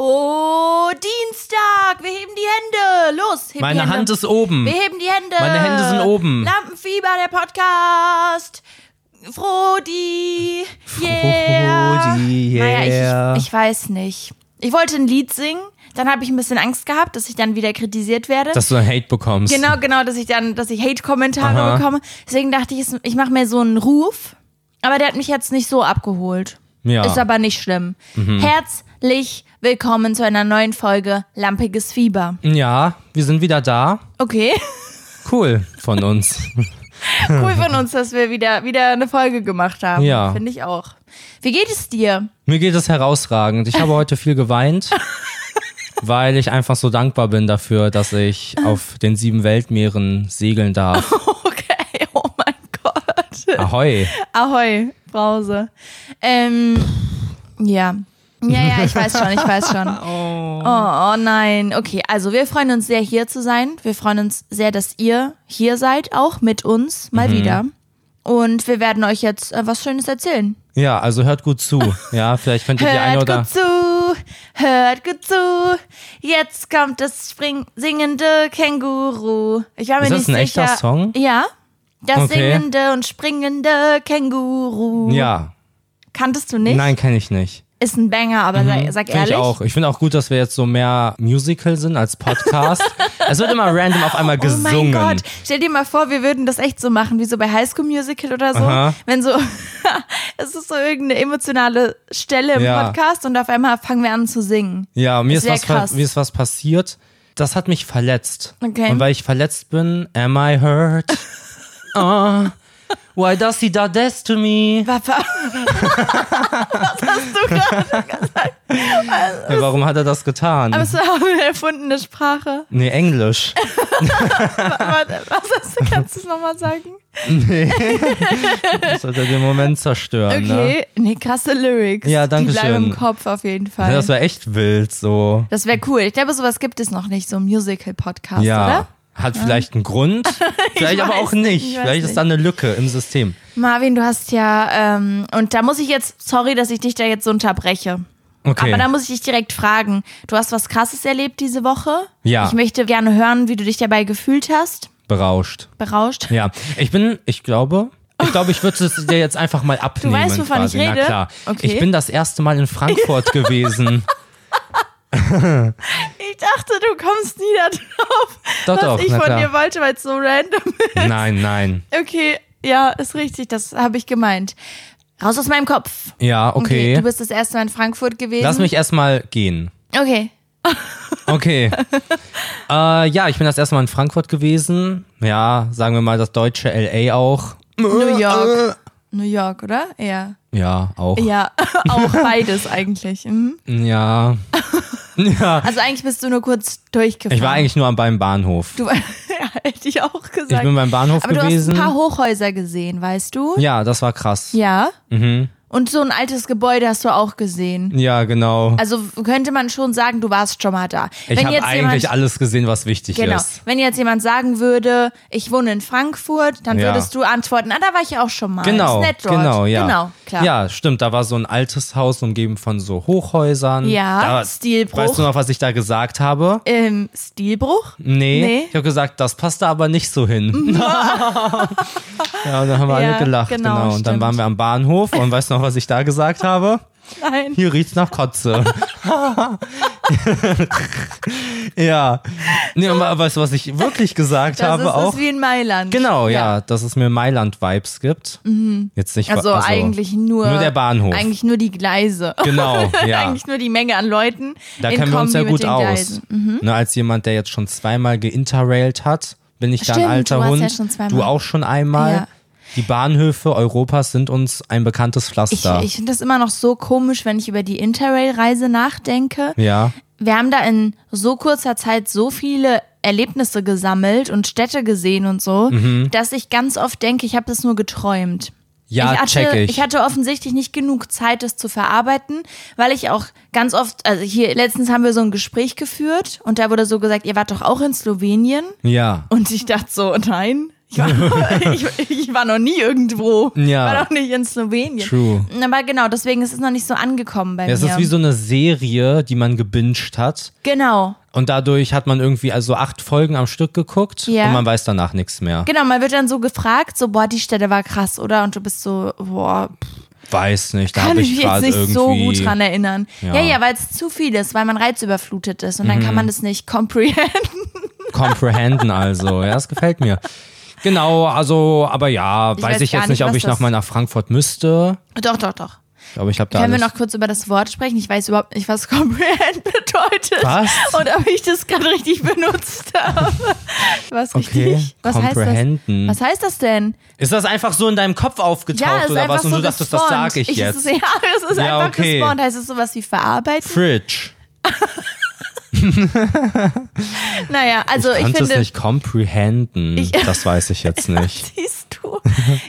Oh, Dienstag! Wir heben die Hände! Los, heb die Meine Hände. Hand ist oben. Wir heben die Hände! Meine Hände sind oben. Lampenfieber, der Podcast! Frodi! Yeah! Frodi, Naja, yeah. ich, ich weiß nicht. Ich wollte ein Lied singen, dann habe ich ein bisschen Angst gehabt, dass ich dann wieder kritisiert werde. Dass du ein Hate bekommst. Genau, genau, dass ich dann, dass ich Hate-Kommentare Aha. bekomme. Deswegen dachte ich, es- ich mache mir so einen Ruf, aber der hat mich jetzt nicht so abgeholt. Ja. Ist aber nicht schlimm. Herzlich willkommen zu einer neuen Folge Lampiges Fieber. Ja, wir sind wieder da. Okay, Cool von uns. cool von uns, dass wir wieder, wieder eine Folge gemacht haben. Ja. Finde ich auch. Wie geht es dir? Mir geht es herausragend. Ich habe heute viel geweint, weil ich einfach so dankbar bin dafür, dass ich auf den sieben Weltmeeren segeln darf. Okay, oh mein Gott. Ahoi. Ahoi, Brause. Ähm, ja. Ja, ja, ich weiß schon, ich weiß schon. Oh. Oh, oh nein. Okay, also wir freuen uns sehr, hier zu sein. Wir freuen uns sehr, dass ihr hier seid, auch mit uns, Mhm. mal wieder. Und wir werden euch jetzt äh, was Schönes erzählen. Ja, also hört gut zu. Ja, vielleicht könntet ihr eine Hört oder gut zu, hört gut zu. Jetzt kommt das spring singende Känguru. Ich war mir Ist das nicht ein sicher. echter Song? Ja. Das Okay. singende und springende Känguru. Ja. Kanntest du nicht? Nein, kenne ich nicht. Ist ein Banger, aber sei- sag, Finde ehrlich. Mhm. ich auch. Ich finde auch gut, dass wir jetzt so mehr Musical sind als Podcast. es wird immer random auf einmal Oh mein gesungen. Gott, stell dir mal vor, wir würden das echt so machen, wie so bei High School Musical oder so. Aha. Wenn so, es ist so irgendeine emotionale Stelle im Ja. Podcast und auf einmal fangen wir an zu singen. Ja, mir Das ist, wär was, ver- krass. mir ist was passiert. Das hat mich verletzt. Okay. Und weil ich verletzt bin, am I hurt? Ah, why does he do this to me? Papa, Ja, warum hat er das getan? was haben wir erfundene Sprache? nee, Englisch. Warte, Was hast du, kannst du es nochmal sagen? Das hat er den Moment zerstören. Ne? Okay, nee, krasse Lyrics. Ja, Die danke bleiben im schön. Kopf auf jeden Ja, Fall. das war echt wild so. das wäre cool. Ich glaube, sowas gibt es noch nicht, so ein Musical-Podcast, ja. oder? Hat vielleicht einen Grund, vielleicht aber weiß auch nicht. nicht, ich weiß Vielleicht ist da eine Lücke im System. Marvin, du hast ja, ähm, und da muss ich jetzt, sorry, dass ich dich da jetzt so unterbreche. Okay. Aber da muss ich dich direkt fragen. Du hast was Krasses erlebt diese Woche. Ja. Ich möchte gerne hören, wie du dich dabei gefühlt hast. Berauscht. Berauscht. Ja, ich bin, ich glaube, ich glaube, ich würde es dir jetzt einfach mal abnehmen. weißt, wovon quasi. ich rede? Na klar. Okay. Ich bin das erste Mal in Frankfurt gewesen. Ich dachte, du kommst nie da drauf, Doch, was doch, ich na von klar. dir wollte, weil es so random ist. Nein, nein. Okay, ja, ist richtig, das habe ich gemeint. Raus aus meinem Kopf. Ja, okay. Du bist das erste Mal in Frankfurt gewesen. Lass mich erstmal gehen. Okay. Okay. äh, ja, ich bin das erste Mal in Frankfurt gewesen. Ja, sagen wir mal das deutsche LA auch. New York. New York, oder? Ja. Ja, auch. Ja, auch beides eigentlich. Mhm. Ja. ja. Also eigentlich bist du nur kurz durchgefahren. Ich war eigentlich nur am- beim Bahnhof. Du, ja, hätte ich auch gesagt. ich bin beim Bahnhof Aber du gewesen. hast ein paar Hochhäuser gesehen, weißt du? ja, Mhm. das war krass. Ja. Und so ein altes Gebäude hast du auch gesehen. Ja, genau. Also könnte man schon sagen, du warst schon mal da. ich habe eigentlich jemand, alles gesehen, was wichtig genau, ist. wenn jetzt jemand sagen würde, ich wohne in Frankfurt, dann Ja. würdest du antworten, ah, da war ich ja auch schon mal. Genau, ist nett dort. genau, ja. Genau, klar. Ja, stimmt. Da war so ein altes Haus umgeben von so Hochhäusern. Ja, da, Stilbruch. Weißt du noch, was ich da gesagt habe? Ähm, Stilbruch? Nee. Nee. Ich habe gesagt, das passt da aber nicht so hin. ja, und dann haben wir Ja, alle gelacht. genau, Genau. Und dann stimmt. waren wir am Bahnhof und weißt du noch, was ich da gesagt habe? Nein. Hier riecht's nach Kotze. ja. Nee, aber weißt du, was ich wirklich gesagt Das habe ist, auch? ist wie in Mailand. Genau, ja, dass es mir Mailand-Vibes gibt. Jetzt nicht Also, eigentlich nur, nur der Bahnhof. Eigentlich nur die Gleise. Genau, ja. eigentlich nur die Menge an Leuten. Da in kennen wir uns Kombi ja mit gut den aus. Gleisen. Mhm. Ne, als jemand, der jetzt schon zweimal geinterrailt hat, bin ich da ein Stimmt, alter du warst Hund. ja schon zweimal. Du auch schon einmal. Ja. Die Bahnhöfe Europas sind uns ein bekanntes Ich, Pflaster. ich finde das immer noch so komisch, wenn ich über die Interrail-Reise nachdenke. ja, Wir haben da in so kurzer Zeit so viele Erlebnisse gesammelt und Städte gesehen und so, dass ich ganz oft denke, ich habe das nur geträumt. ja ich hatte, check ich. hatte offensichtlich nicht genug Zeit, das zu verarbeiten, weil ich auch ganz oft, also hier letztens haben wir so ein Gespräch geführt und da wurde so gesagt, ihr wart doch auch in Slowenien. ja. Und ich dachte so, nein, Ich war, ich, ich war noch nie irgendwo. Ja. War noch nicht in Slowenien. True. Aber genau, deswegen ist es noch nicht so angekommen bei Ja, mir. es ist wie so eine Serie, die man gebinged hat. genau. Und dadurch hat man irgendwie also acht Folgen am Stück geguckt Ja. und man weiß danach nichts mehr. Genau, man wird dann so gefragt, so, boah, die Stelle war krass, oder? Und du bist so, boah, pff, Weiß nicht, da kann habe ich ich mich jetzt gerade nicht irgendwie. so gut dran erinnern. Ja, Ja. Mhm. ja, weil es zu viel ist, weil man reizüberflutet ist und dann kann man das nicht comprehend. comprehenden also. Ja, das gefällt mir. Genau, also, aber ja, weiß, weiß ich gar jetzt nicht, nicht, ob was ich nochmal nach Frankfurt müsste. Doch, doch, doch. Aber ich habe da Können wir alles. noch kurz über das Wort sprechen? Ich weiß überhaupt nicht, was comprehend bedeutet. Was? Und ob ich das gerade richtig benutzt habe. Was Okay, richtig? Was heißt das? comprehenden. Was heißt das denn? ist das einfach so in deinem Kopf aufgetaucht Ja, es ist oder einfach was? Und so du dachtest, das gespawnt. sag ich es jetzt. Ist, ja, es ist Ja, einfach okay. gespawnt. Heißt es sowas wie verarbeiten? Fridge. Naja, also ich, Kannst es finde, nicht comprehenden. das weiß ich jetzt nicht. siehst du,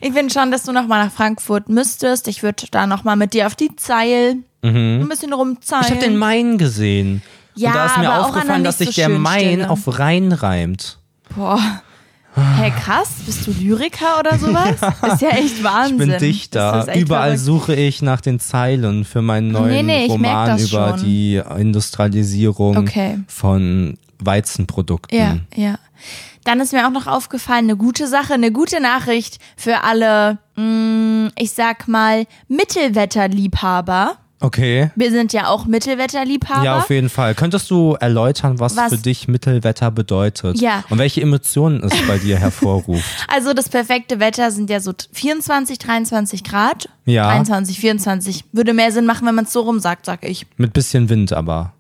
ich finde schon, dass du nochmal nach Frankfurt müsstest. Ich würde da nochmal mit dir auf die Zeil ein bisschen rumzeilen. Mhm. Ich habe den Main gesehen. Ja, und da ist mir aber auch an einer aufgefallen, dass nicht sich so ne? der schönen Main Stelle. auf Rhein reimt. Boah. Hä, krass, bist du Lyriker oder sowas? Ist ja echt Wahnsinn. Ich bin Das ist Dichter. echt Überall verrückt. suche ich nach den Zeilen für meinen neuen nee, ich merk Roman das über schon. die Industrialisierung Okay. von Weizenprodukten. Ja, ja. Dann ist mir auch noch aufgefallen, eine gute Sache, eine gute Nachricht für alle, mh, ich sag mal, Mittelwetterliebhaber. Okay. Wir sind ja auch Mittelwetterliebhaber. Ja, auf jeden Fall. Könntest du erläutern, was, Was- für dich Mittelwetter bedeutet? Ja. Und welche Emotionen es bei dir hervorruft? Also das perfekte Wetter sind ja so 24, 23 Grad. Ja. 23, 24. Würde mehr Sinn machen, wenn man es so rum sagt, sag ich. Mit bisschen Wind aber.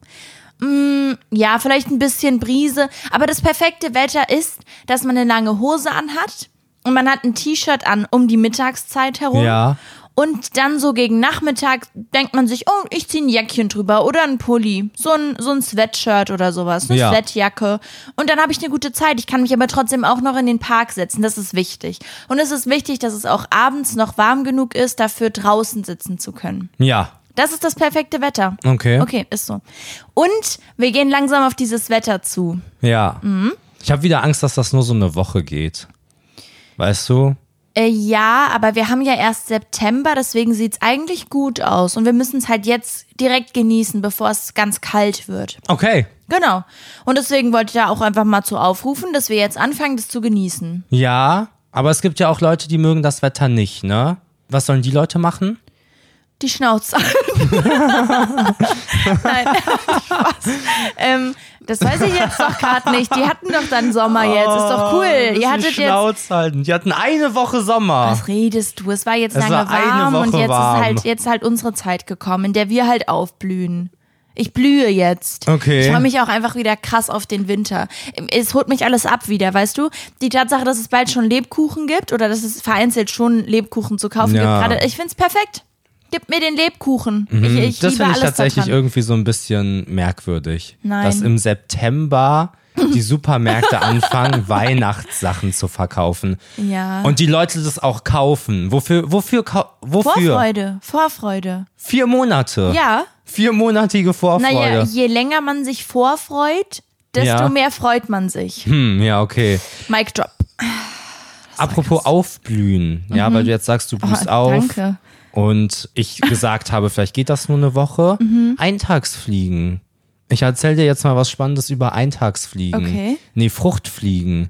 Ja, vielleicht ein bisschen Brise. Aber das perfekte Wetter ist, dass man eine lange Hose anhat und man hat ein T-Shirt an um die Mittagszeit herum. Ja. Und dann so gegen Nachmittag denkt man sich, oh, ich ziehe ein Jäckchen drüber oder ein Pulli. So ein, so ein Sweatshirt oder sowas, eine Ja. Sweatjacke. Und dann habe ich eine gute Zeit. Ich kann mich aber trotzdem auch noch in den Park setzen. Das ist wichtig. Und es ist wichtig, dass es auch abends noch warm genug ist, dafür draußen sitzen zu können. Ja. Das ist das perfekte Wetter. Okay. Okay, ist so. Und wir gehen langsam auf dieses Wetter zu. Ja. Mhm. Ich habe wieder Angst, dass das nur so eine Woche geht. Weißt du? Äh, ja, aber wir haben ja erst September, deswegen sieht's eigentlich gut aus. Und wir müssen es halt jetzt direkt genießen, bevor es ganz kalt wird. Okay. Genau. Und deswegen wollte ich da auch einfach mal zu aufrufen, dass wir jetzt anfangen, das zu genießen. Ja, aber es gibt ja auch Leute, die mögen das Wetter nicht, ne? Was sollen die Leute machen? Die Schnauze. Nein, Spaß. Ähm, das weiß ich jetzt doch gerade nicht. Die hatten doch dann Sommer jetzt. Ist Oh, doch cool. Ihr hattet jetzt halten. Die hatten eine Woche Sommer. Was redest du? Es war jetzt Es lange war eine warm und Woche jetzt warm. ist halt jetzt ist halt unsere Zeit gekommen, in der wir halt aufblühen. Ich blühe jetzt. Okay. Ich freue mich auch einfach wieder krass auf den Winter. Es holt mich alles ab wieder, weißt du? Die Tatsache, dass es bald schon Lebkuchen gibt oder dass es vereinzelt schon Lebkuchen zu kaufen Ja. Mhm. gibt, gerade ich find's perfekt. Gib mir den Lebkuchen. Ich, ich das liebe finde alles ich tatsächlich daran. irgendwie so ein bisschen merkwürdig. Nein. Dass im September die Supermärkte anfangen, Weihnachtssachen zu verkaufen. Ja. Und die Leute das auch kaufen. Wofür, wofür, kau- wofür? Vorfreude, Vorfreude. Vier Monate. Ja. Viermonatige Vorfreude. Naja, je länger man sich vorfreut, desto Ja. mehr freut man sich. hm, ja, okay. Mic drop. Apropos aufblühen, ja, weil du jetzt sagst, du blühst Oh, auf. Mhm. danke. Und ich gesagt habe, vielleicht geht das nur eine Woche. Eintagsfliegen. Ich erzähle dir jetzt mal was Spannendes über Eintagsfliegen. Okay. Nee, Fruchtfliegen.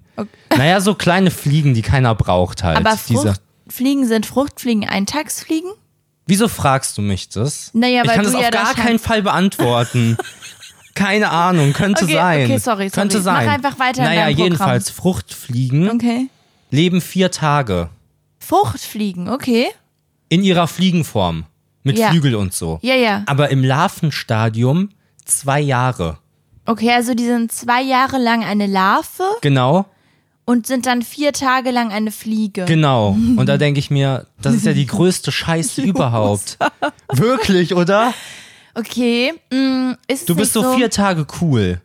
Naja, so kleine Fliegen, die keiner braucht halt. Aber Diese. Fruchtfliegen sind Fruchtfliegen Eintagsfliegen? Wieso fragst du mich das? Naja, ich weil kann du das ja auf da gar schon- keinen Fall beantworten. Keine Ahnung, könnte Okay, sein. okay, sorry, sorry. Könnte Mach sein. einfach weiter in Naja, deinem Programm. jedenfalls, Fruchtfliegen Okay. leben vier Tage Fruchtfliegen, okay. in ihrer Fliegenform. Mit Ja. Flügel und so. Ja, ja. Aber im Larvenstadium zwei Jahre. Okay, also die sind zwei Jahre lang eine Larve Genau, und sind dann vier Tage lang eine Fliege. genau. Und da denke ich mir, das ist ja die größte Scheiße überhaupt. Wirklich, oder? okay. mm, ist es Du bist nicht so vier Tage cool.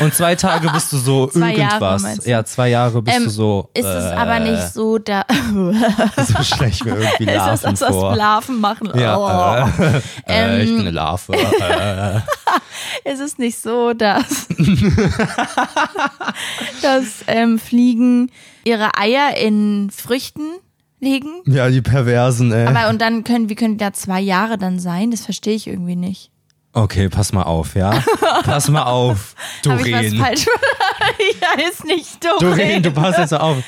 Und zwei Tage bist du so Zwei Jahre, irgendwas. meinst du? ja, zwei Jahre bist Ähm, du so. Ist es aber nicht so, da äh, so schlecht wie irgendwie ist Larven das aus vor. Larven machen. oh. Ähm, Ja, äh, äh, ich bin eine Larve. Äh, Es ist nicht so, dass, dass ähm, Fliegen ihre Eier in Früchten legen. ja, die Perversen, äh. ey. Aber und dann können, wie können die da zwei Jahre dann sein? Das verstehe ich irgendwie nicht. Okay, pass mal auf, ja? Pass mal auf, Habe ich was Doreen. falsch? ja, ist nicht Doreen. Doreen, du passt jetzt auf.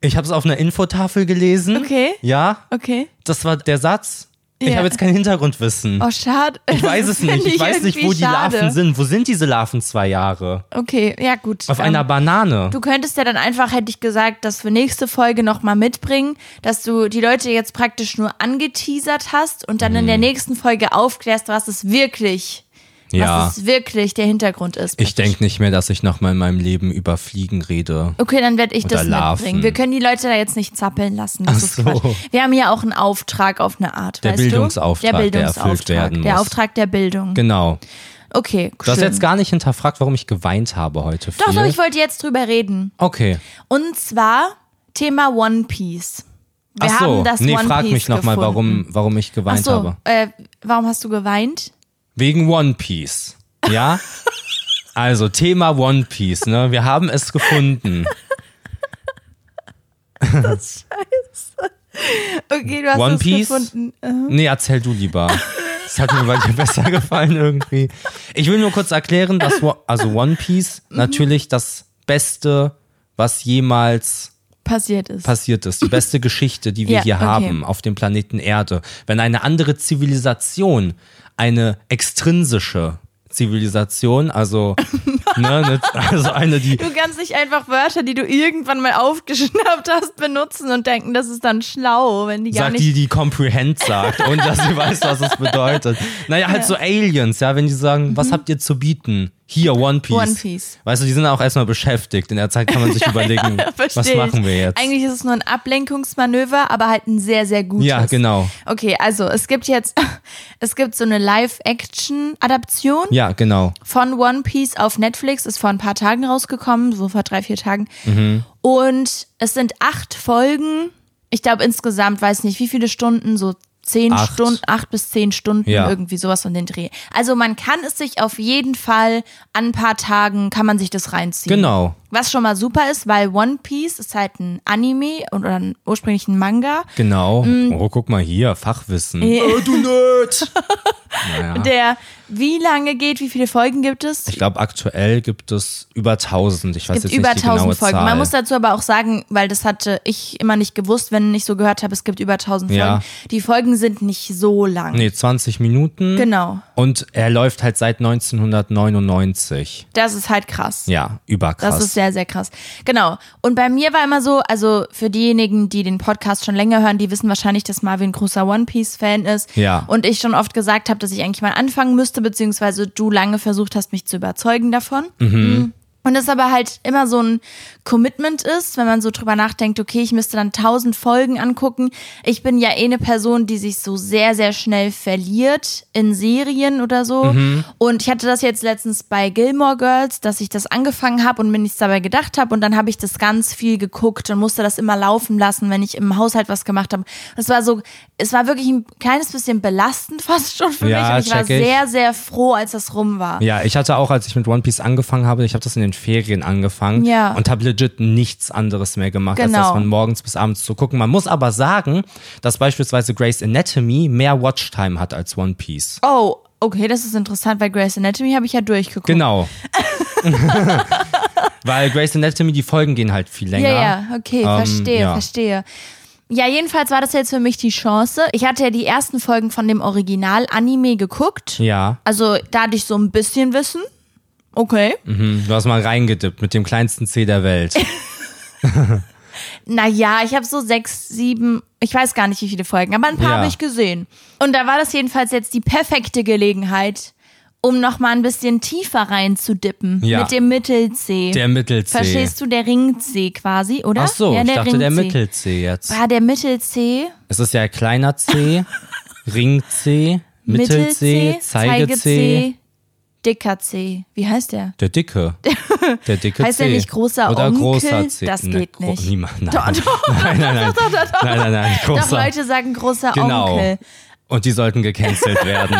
Ich habe es auf einer Infotafel gelesen. Okay. Ja, Okay. das war der Satz. Ich Ja. habe jetzt kein Hintergrundwissen. Oh, schade. Ich weiß es nicht. Ich, weiß nicht, wo die Larven sind. Wo sind diese Larven zwei Jahre? Okay, ja gut. Auf Ähm, einer Banane. Du könntest ja dann einfach, hätte ich gesagt, dass wir nächste Folge nochmal mitbringen, dass du die Leute jetzt praktisch nur angeteasert hast und dann in Hm. der nächsten Folge aufklärst, was es wirklich, ja. was es wirklich der Hintergrund ist. Ich denke nicht mehr, dass ich nochmal in meinem Leben über Fliegen rede. Okay, dann werde ich Oder das Larven. mitbringen. Wir können die Leute da jetzt nicht zappeln lassen. Das Ach ist so. Quatsch. Wir haben ja auch einen Auftrag auf eine Art, Der weißt Bildungsauftrag, du? der erfüllt werden Der muss. Auftrag der Bildung. Genau. Okay, Du hast schön. jetzt gar nicht hinterfragt, warum ich geweint habe heute. Viel. Doch, doch, ich wollte jetzt drüber reden. Okay. Und zwar Thema One Piece. Wir Ach so. haben das nee, One frag Piece mich nochmal, gefunden. warum, warum ich Ach geweint so, habe. äh, warum hast du geweint? Wegen One Piece. Ja? also, Thema One Piece, ne? Wir haben es gefunden. Okay, du hast One es Piece? gefunden. Nee, erzähl du lieber. Das hat mir bei dir besser gefallen irgendwie. Ich will nur kurz erklären, dass Wo- also One Piece Mhm. natürlich das Beste, was jemals Passiert ist. passiert ist. Die beste Geschichte, die wir Ja, hier okay. haben auf dem Planeten Erde. Wenn eine andere Zivilisation, eine extrinsische Zivilisation, also, ne, ne, also eine, die du kannst nicht einfach Wörter, die du irgendwann mal aufgeschnappt hast, benutzen und denken, das ist dann schlau, wenn die gar sagt, nicht. die, die Comprehend sagt und dass sie weiß, was es bedeutet. Naja, halt so Aliens, ja, wenn die sagen, was habt ihr zu bieten? Hier, One Piece. Mhm. One Piece. Weißt du, die sind auch erstmal beschäftigt. In der Zeit kann man sich überlegen, was Verstehe ich. machen wir jetzt? Eigentlich ist es nur ein Ablenkungsmanöver, aber halt ein sehr, sehr gutes. ja, genau. Okay, also es gibt jetzt, es gibt so eine Live-Action-Adaption Ja, genau. von One Piece auf Netflix, ist vor ein paar Tagen rausgekommen, so vor drei, vier Tagen. Mhm. Und es sind acht Folgen. Ich glaube insgesamt, weiß nicht, wie viele Stunden, so zehn Acht. Stunden, acht bis zehn Stunden, Ja. irgendwie sowas von den Dreh. Also man kann es sich auf jeden Fall an ein paar Tagen, kann man sich das reinziehen. Genau. Was schon mal super ist, weil One Piece ist halt ein Anime und, oder ein, ursprünglich ein Manga, Genau. Mm. Oh, guck mal hier, Fachwissen. Oh, du Nerd! naja. Äh. der wie lange geht, wie viele Folgen gibt es? Ich glaube, aktuell gibt es über 1000. Ich weiß Es gibt jetzt über nicht die genaue 1000 Folgen. Zahl. Man muss dazu aber auch sagen, weil das hatte ich immer nicht gewusst, wenn ich so gehört habe, es gibt über 1000 Folgen. Ja. Die Folgen sind nicht so lang. nee, 20 Minuten. Genau. Und er läuft halt seit 1999. Das ist halt krass. Ja, überkrass. Das ist sehr, sehr krass. Genau. Und bei mir war immer so, also für diejenigen, die den Podcast schon länger hören, die wissen wahrscheinlich, dass Marvin ein großer One Piece-Fan ist. Ja. Und ich schon oft gesagt habe, dass ich eigentlich mal anfangen müsste, beziehungsweise du lange versucht hast, mich zu überzeugen davon. Mhm. Und das aber halt immer so ein Commitment ist, wenn man so drüber nachdenkt, okay, ich müsste dann tausend Folgen angucken. Ich bin ja eh eine Person, die sich so sehr, sehr schnell verliert in Serien oder so. Mhm. Und ich hatte das jetzt letztens bei Gilmore Girls, dass ich das angefangen habe und mir nichts dabei gedacht habe. Und dann habe ich das ganz viel geguckt und musste das immer laufen lassen, wenn ich im Haushalt was gemacht habe. Das war so, es war wirklich ein kleines bisschen belastend fast schon für Ja, mich. Und ich war check ich. sehr, sehr froh, als das rum war. Ja, ich hatte auch, als ich mit One Piece angefangen habe, ich habe das in den Ferien angefangen Ja. und habe legit nichts anderes mehr gemacht, als Genau. das von morgens bis abends zu gucken. Man muss aber sagen, dass beispielsweise Grey's Anatomy mehr Watchtime hat als One Piece. Oh, okay, das ist interessant, weil Grey's Anatomy habe ich ja durchgeguckt. Genau. Weil Grey's Anatomy, die Folgen gehen halt viel länger. Ja, ja, okay, Ähm, verstehe, ja. verstehe. Ja, jedenfalls war das jetzt für mich die Chance. Ich hatte ja die ersten Folgen von dem Original-Anime geguckt. Ja. Also da hatte ich so ein bisschen Wissen. Okay. Mhm. Du hast mal reingedippt mit dem kleinsten C der Welt. Naja, ich habe so sechs, sieben, ich weiß gar nicht, wie viele Folgen, aber ein paar Ja. habe ich gesehen. Und da war das jedenfalls jetzt die perfekte Gelegenheit, um nochmal ein bisschen tiefer reinzudippen. Ja. Mit dem Mittel-C. Der Mittel-C. Verstehst du, der Ring-C quasi, oder? Ach so, ja, ne, ich der dachte Ring-C. der Mittel-C jetzt. War der Mittel-C Es ist ja kleiner C, Ring-C, Mittel-C, Mittel-C, Zeige-C. Zeige-C, Dicker C. Wie heißt der? Der Dicke. Der Dicke Heißt C. der nicht großer Oder Onkel? großer C. Das Ne, geht gro- nicht. Niemand, nein. nein, nein, nein. nein, nein, nein. Doch, Großer. Leute sagen großer genau. Onkel. Und die sollten gecancelt werden.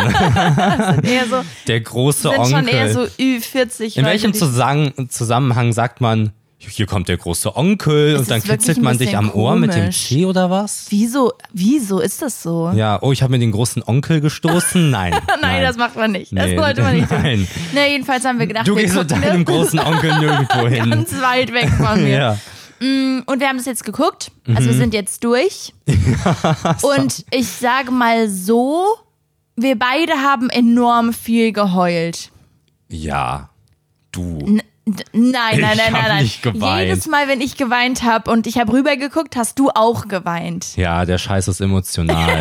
Eher so, Der große sind Onkel. schon eher so Ü40. In Leute, welchem die- Zusammenhang, Zusammenhang sagt man, hier kommt der große Onkel Es und dann ist wirklich kitzelt ein man dich bisschen am Ohr mit dem komisch. Tee oder was? Wieso, wieso ist das so? Ja, oh, ich habe mir den großen Onkel gestoßen? Nein. Nein, das macht man nicht. Das sollte man nicht tun. Nein. Na, jedenfalls haben wir gedacht, Du wir gehst mit gucken deinem das großen Onkel nirgendwo hin. ganz weit weg von mir. Ja. Und wir haben das jetzt geguckt. Also Mhm. wir sind jetzt durch. Und ich sage mal so, wir beide haben enorm viel geheult. Ja. Du. D- Nein, Ich nein, nein, hab nein, nein. nicht geweint. Jedes Mal, wenn ich geweint habe und ich habe rübergeguckt, hast du auch geweint. Ja, der Scheiß ist emotional.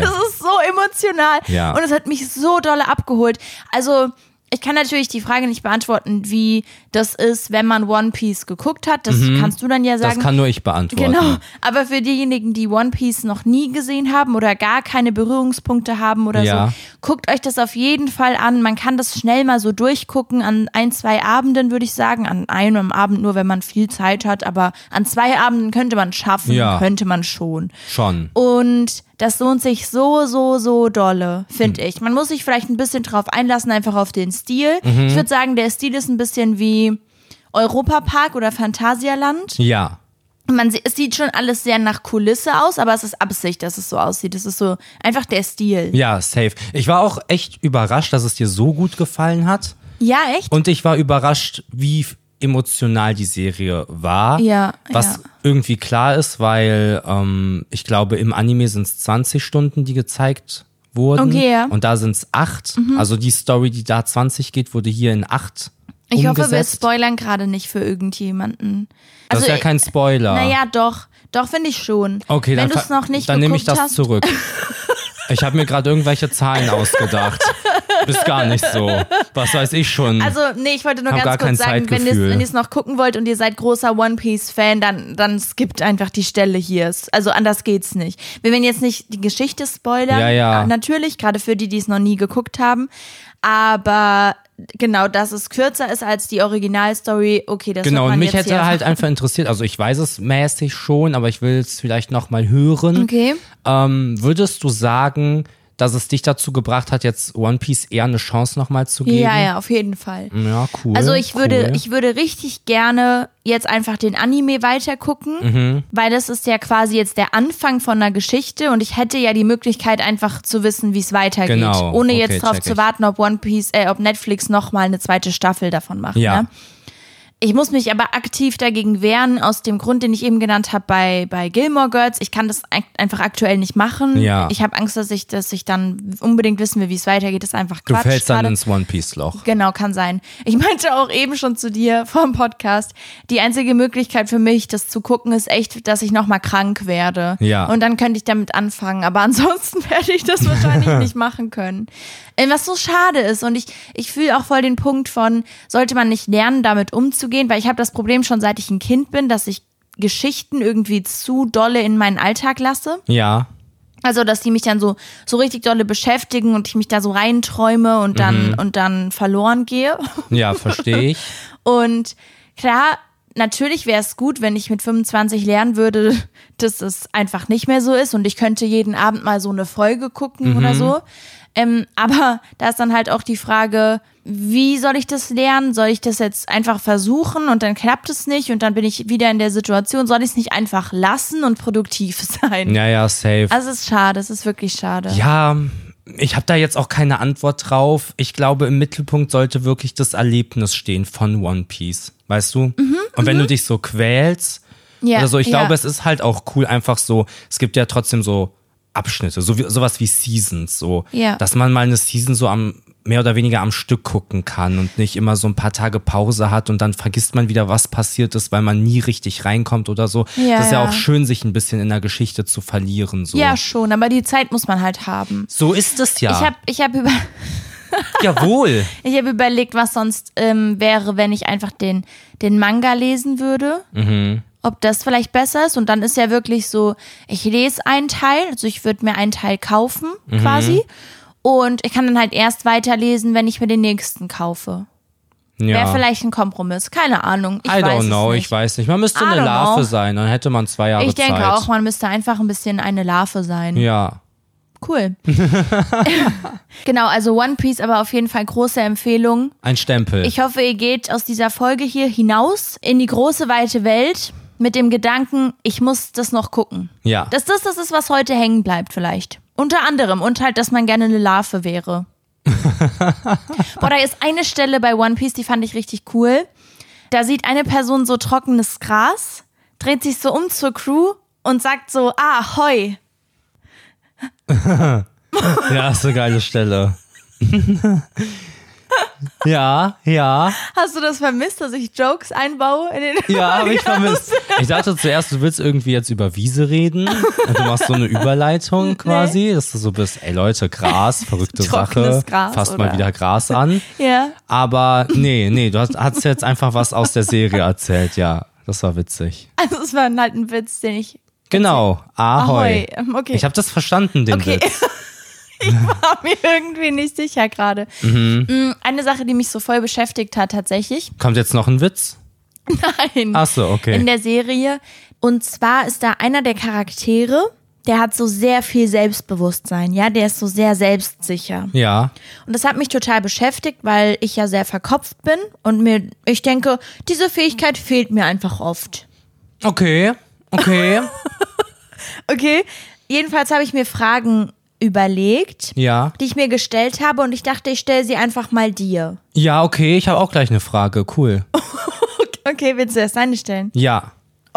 Das ist so emotional. Ja. Und es hat mich so dolle abgeholt. Also, ich kann natürlich die Frage nicht beantworten, wie das ist, wenn man One Piece geguckt hat. Das kannst du dann ja Mhm. Das sagen. kann nur ich beantworten. Genau, aber für diejenigen, die One Piece noch nie gesehen haben oder gar keine Berührungspunkte haben oder Ja. so, guckt euch das auf jeden Fall an. Man kann das schnell mal so durchgucken an ein, zwei Abenden, würde ich sagen. An einem Abend nur, wenn man viel Zeit hat, aber an zwei Abenden könnte man schaffen, Ja. könnte man schon. Schon. Und das lohnt sich so, so, so dolle, finde Hm. ich. Man muss sich vielleicht ein bisschen drauf einlassen, einfach auf den Stil. Mhm. Ich würde sagen, der Stil ist ein bisschen wie Europapark oder Phantasialand. Ja. Man sie- es sieht schon alles sehr nach Kulisse aus, aber es ist Absicht, dass es so aussieht. Es ist so einfach der Stil. Ja, safe. Ich war auch echt überrascht, dass es dir so gut gefallen hat. Ja, echt? Und ich war überrascht, wie f- emotional die Serie war. Ja, Was ja. irgendwie klar ist, weil ähm, ich glaube, im Anime sind es 20 Stunden, die gezeigt wurden. Okay, ja. Mhm. Und da sind es 8. Also die Story, die da 20 geht, wurde hier in 8 Ich umgesetzt. hoffe, wir spoilern gerade nicht für irgendjemanden. das ist ja kein Spoiler. Naja, doch. Doch, finde ich schon. okay, Wenn dann, du es ver- noch nicht dann geguckt nehme ich das hast, zurück. Ich habe mir gerade irgendwelche Zahlen ausgedacht. Ist gar nicht so. Was weiß ich schon. Also, nee, ich wollte nur ganz Hab gar kein kurz sagen, wenn ihr Zeitgefühl. es noch gucken wollt und ihr seid großer One Piece-Fan, dann, dann skippt einfach die Stelle hier. Es- Also anders geht's nicht. Wir werden jetzt nicht die Geschichte spoilern. Ja, ja. äh, Natürlich, gerade für die, die es noch nie geguckt haben. Aber genau, dass es kürzer ist als die Originalstory, okay, das Genau, wird und man mich jetzt hätte hier halt einfach interessiert, also ich weiß es mäßig schon, aber ich will es vielleicht nochmal hören. Okay. Ähm, würdest du sagen, dass es dich dazu gebracht hat, jetzt One Piece eher eine Chance nochmal zu geben? Ja, ja, auf jeden Fall. Ja, cool. Also ich würde, cool. ich würde richtig gerne jetzt einfach den Anime weitergucken, Mhm. weil das ist ja quasi jetzt der Anfang von einer Geschichte und ich hätte ja die Möglichkeit einfach zu wissen, wie es weitergeht, Genau. ohne Okay, jetzt darauf check zu ich. warten, ob One Piece, äh, ob Netflix noch mal eine zweite Staffel davon macht. Ja. Ne? Ich muss mich aber aktiv dagegen wehren, aus dem Grund, den ich eben genannt habe bei, bei Gilmore Girls. Ich kann das ein- einfach aktuell nicht machen. Ja. Ich habe Angst, dass ich, dass ich dann unbedingt wissen will, wie es weitergeht. Das ist einfach Du Quatsch. fällst dann gerade. ins One Piece Loch. Genau, kann sein. Ich meinte auch eben schon zu dir vor dem Podcast, die einzige Möglichkeit für mich, das zu gucken, ist echt, dass ich nochmal krank werde. Ja. Und dann könnte ich damit anfangen. Aber ansonsten werde ich das wahrscheinlich nicht machen können. Ähm, Was so schade ist. Und ich, ich fühle auch voll den Punkt von, sollte man nicht lernen, damit umzugehen? Weil ich habe das Problem schon, seit ich ein Kind bin, dass ich Geschichten irgendwie zu dolle in meinen Alltag lasse. Ja. Also, dass die mich dann so, so richtig dolle beschäftigen und ich mich da so reinträume und dann, Mhm. und dann verloren gehe. Ja, verstehe ich. Und klar, natürlich wäre es gut, wenn ich mit 25 lernen würde, dass es einfach nicht mehr so ist und ich könnte jeden Abend mal so eine Folge gucken oder Mhm. so. Ähm, aber da ist dann halt auch die Frage, wie soll ich das lernen? Soll ich das jetzt einfach versuchen und dann klappt es nicht und dann bin ich wieder in der Situation? Soll ich es nicht einfach lassen und produktiv sein? Ja, ja, safe. Also es ist schade, es ist wirklich schade. Ja, ich habe da jetzt auch keine Antwort drauf. Ich glaube, im Mittelpunkt sollte wirklich das Erlebnis stehen von One Piece. Weißt du? Mhm, Und wenn du dich so quälst Ja, oder so, ich ja. glaube, es ist halt auch cool, einfach so, es gibt ja trotzdem so Abschnitte, so wie, sowas wie Seasons, so, Ja. dass man mal eine Season so am mehr oder weniger am Stück gucken kann und nicht immer so ein paar Tage Pause hat und dann vergisst man wieder, was passiert ist, weil man nie richtig reinkommt oder so. Ja, das ist ja, ja. auch schön, sich ein bisschen in der Geschichte zu verlieren. So, Ja, schon, aber die Zeit muss man halt haben. so ist es ja. Ich habe ich hab über, Jawohl. ich hab überlegt, was sonst ähm, wäre, wenn ich einfach den, den Manga lesen würde. Mhm. Ob das vielleicht besser ist. Und dann ist ja wirklich so, ich lese einen Teil, also ich würde mir einen Teil Mhm. kaufen quasi. Und ich kann dann halt erst weiterlesen, wenn ich mir den nächsten kaufe. Ja. Wäre vielleicht ein Kompromiss. Keine Ahnung. Ich I weiß don't know, es nicht. ich weiß nicht. Man müsste I eine don't Larve know. sein, dann hätte man zwei Jahre Ich denke Zeit. auch, man müsste einfach ein bisschen eine Larve sein. Ja. Cool. genau, also One Piece, aber auf jeden Fall große Empfehlung. Ein Stempel. Ich hoffe, ihr geht aus dieser Folge hier hinaus in die große, weite Welt mit dem Gedanken, ich muss das noch gucken. ja. Dass das das ist, was heute hängen bleibt vielleicht. Unter anderem und halt, dass man gerne eine Larve wäre. Boah, da ist eine Stelle bei One Piece, die fand ich richtig cool. Da sieht eine Person so trockenes Gras, dreht sich so um zur Crew und sagt so, ah, hoi. ja, ist eine geile Stelle. ja, ja. Hast du das vermisst, dass ich Jokes einbaue in den Ja, habe ich vermisst. Ich dachte zuerst, du willst irgendwie jetzt über Wiese reden und du machst so eine Überleitung quasi, dass du so bist, ey Leute, Gras, verrückte Trockenes Sache, Gras, fasst mal oder? wieder Gras an. Ja. Aber nee, nee, du hast, hast jetzt einfach was aus der Serie erzählt, ja. Das war witzig. Also es war halt ein Witz, den ich Genau, Ahoi, Ahoi. ähm, okay. Ich habe das verstanden, den Okay. Witz. war mir irgendwie nicht sicher gerade. Mhm. Mm, Eine Sache, die mich so voll beschäftigt hat tatsächlich. Kommt jetzt noch ein Witz? Nein. Ach so, Ah, okay. in der Serie. Und zwar ist da einer der Charaktere, der hat so sehr viel Selbstbewusstsein, ja, der ist so sehr selbstsicher. ja, Und das hat mich total beschäftigt, weil ich ja sehr verkopft bin und mir, ich denke, diese Fähigkeit fehlt mir einfach oft. okay, okay, Okay. Jedenfalls habe ich mir Fragen überlegt, ja. die ich mir gestellt habe und ich dachte, ich stelle sie einfach mal dir. Ja, okay, ich habe auch gleich eine Frage, cool. Okay, willst du erst deine stellen? Ja,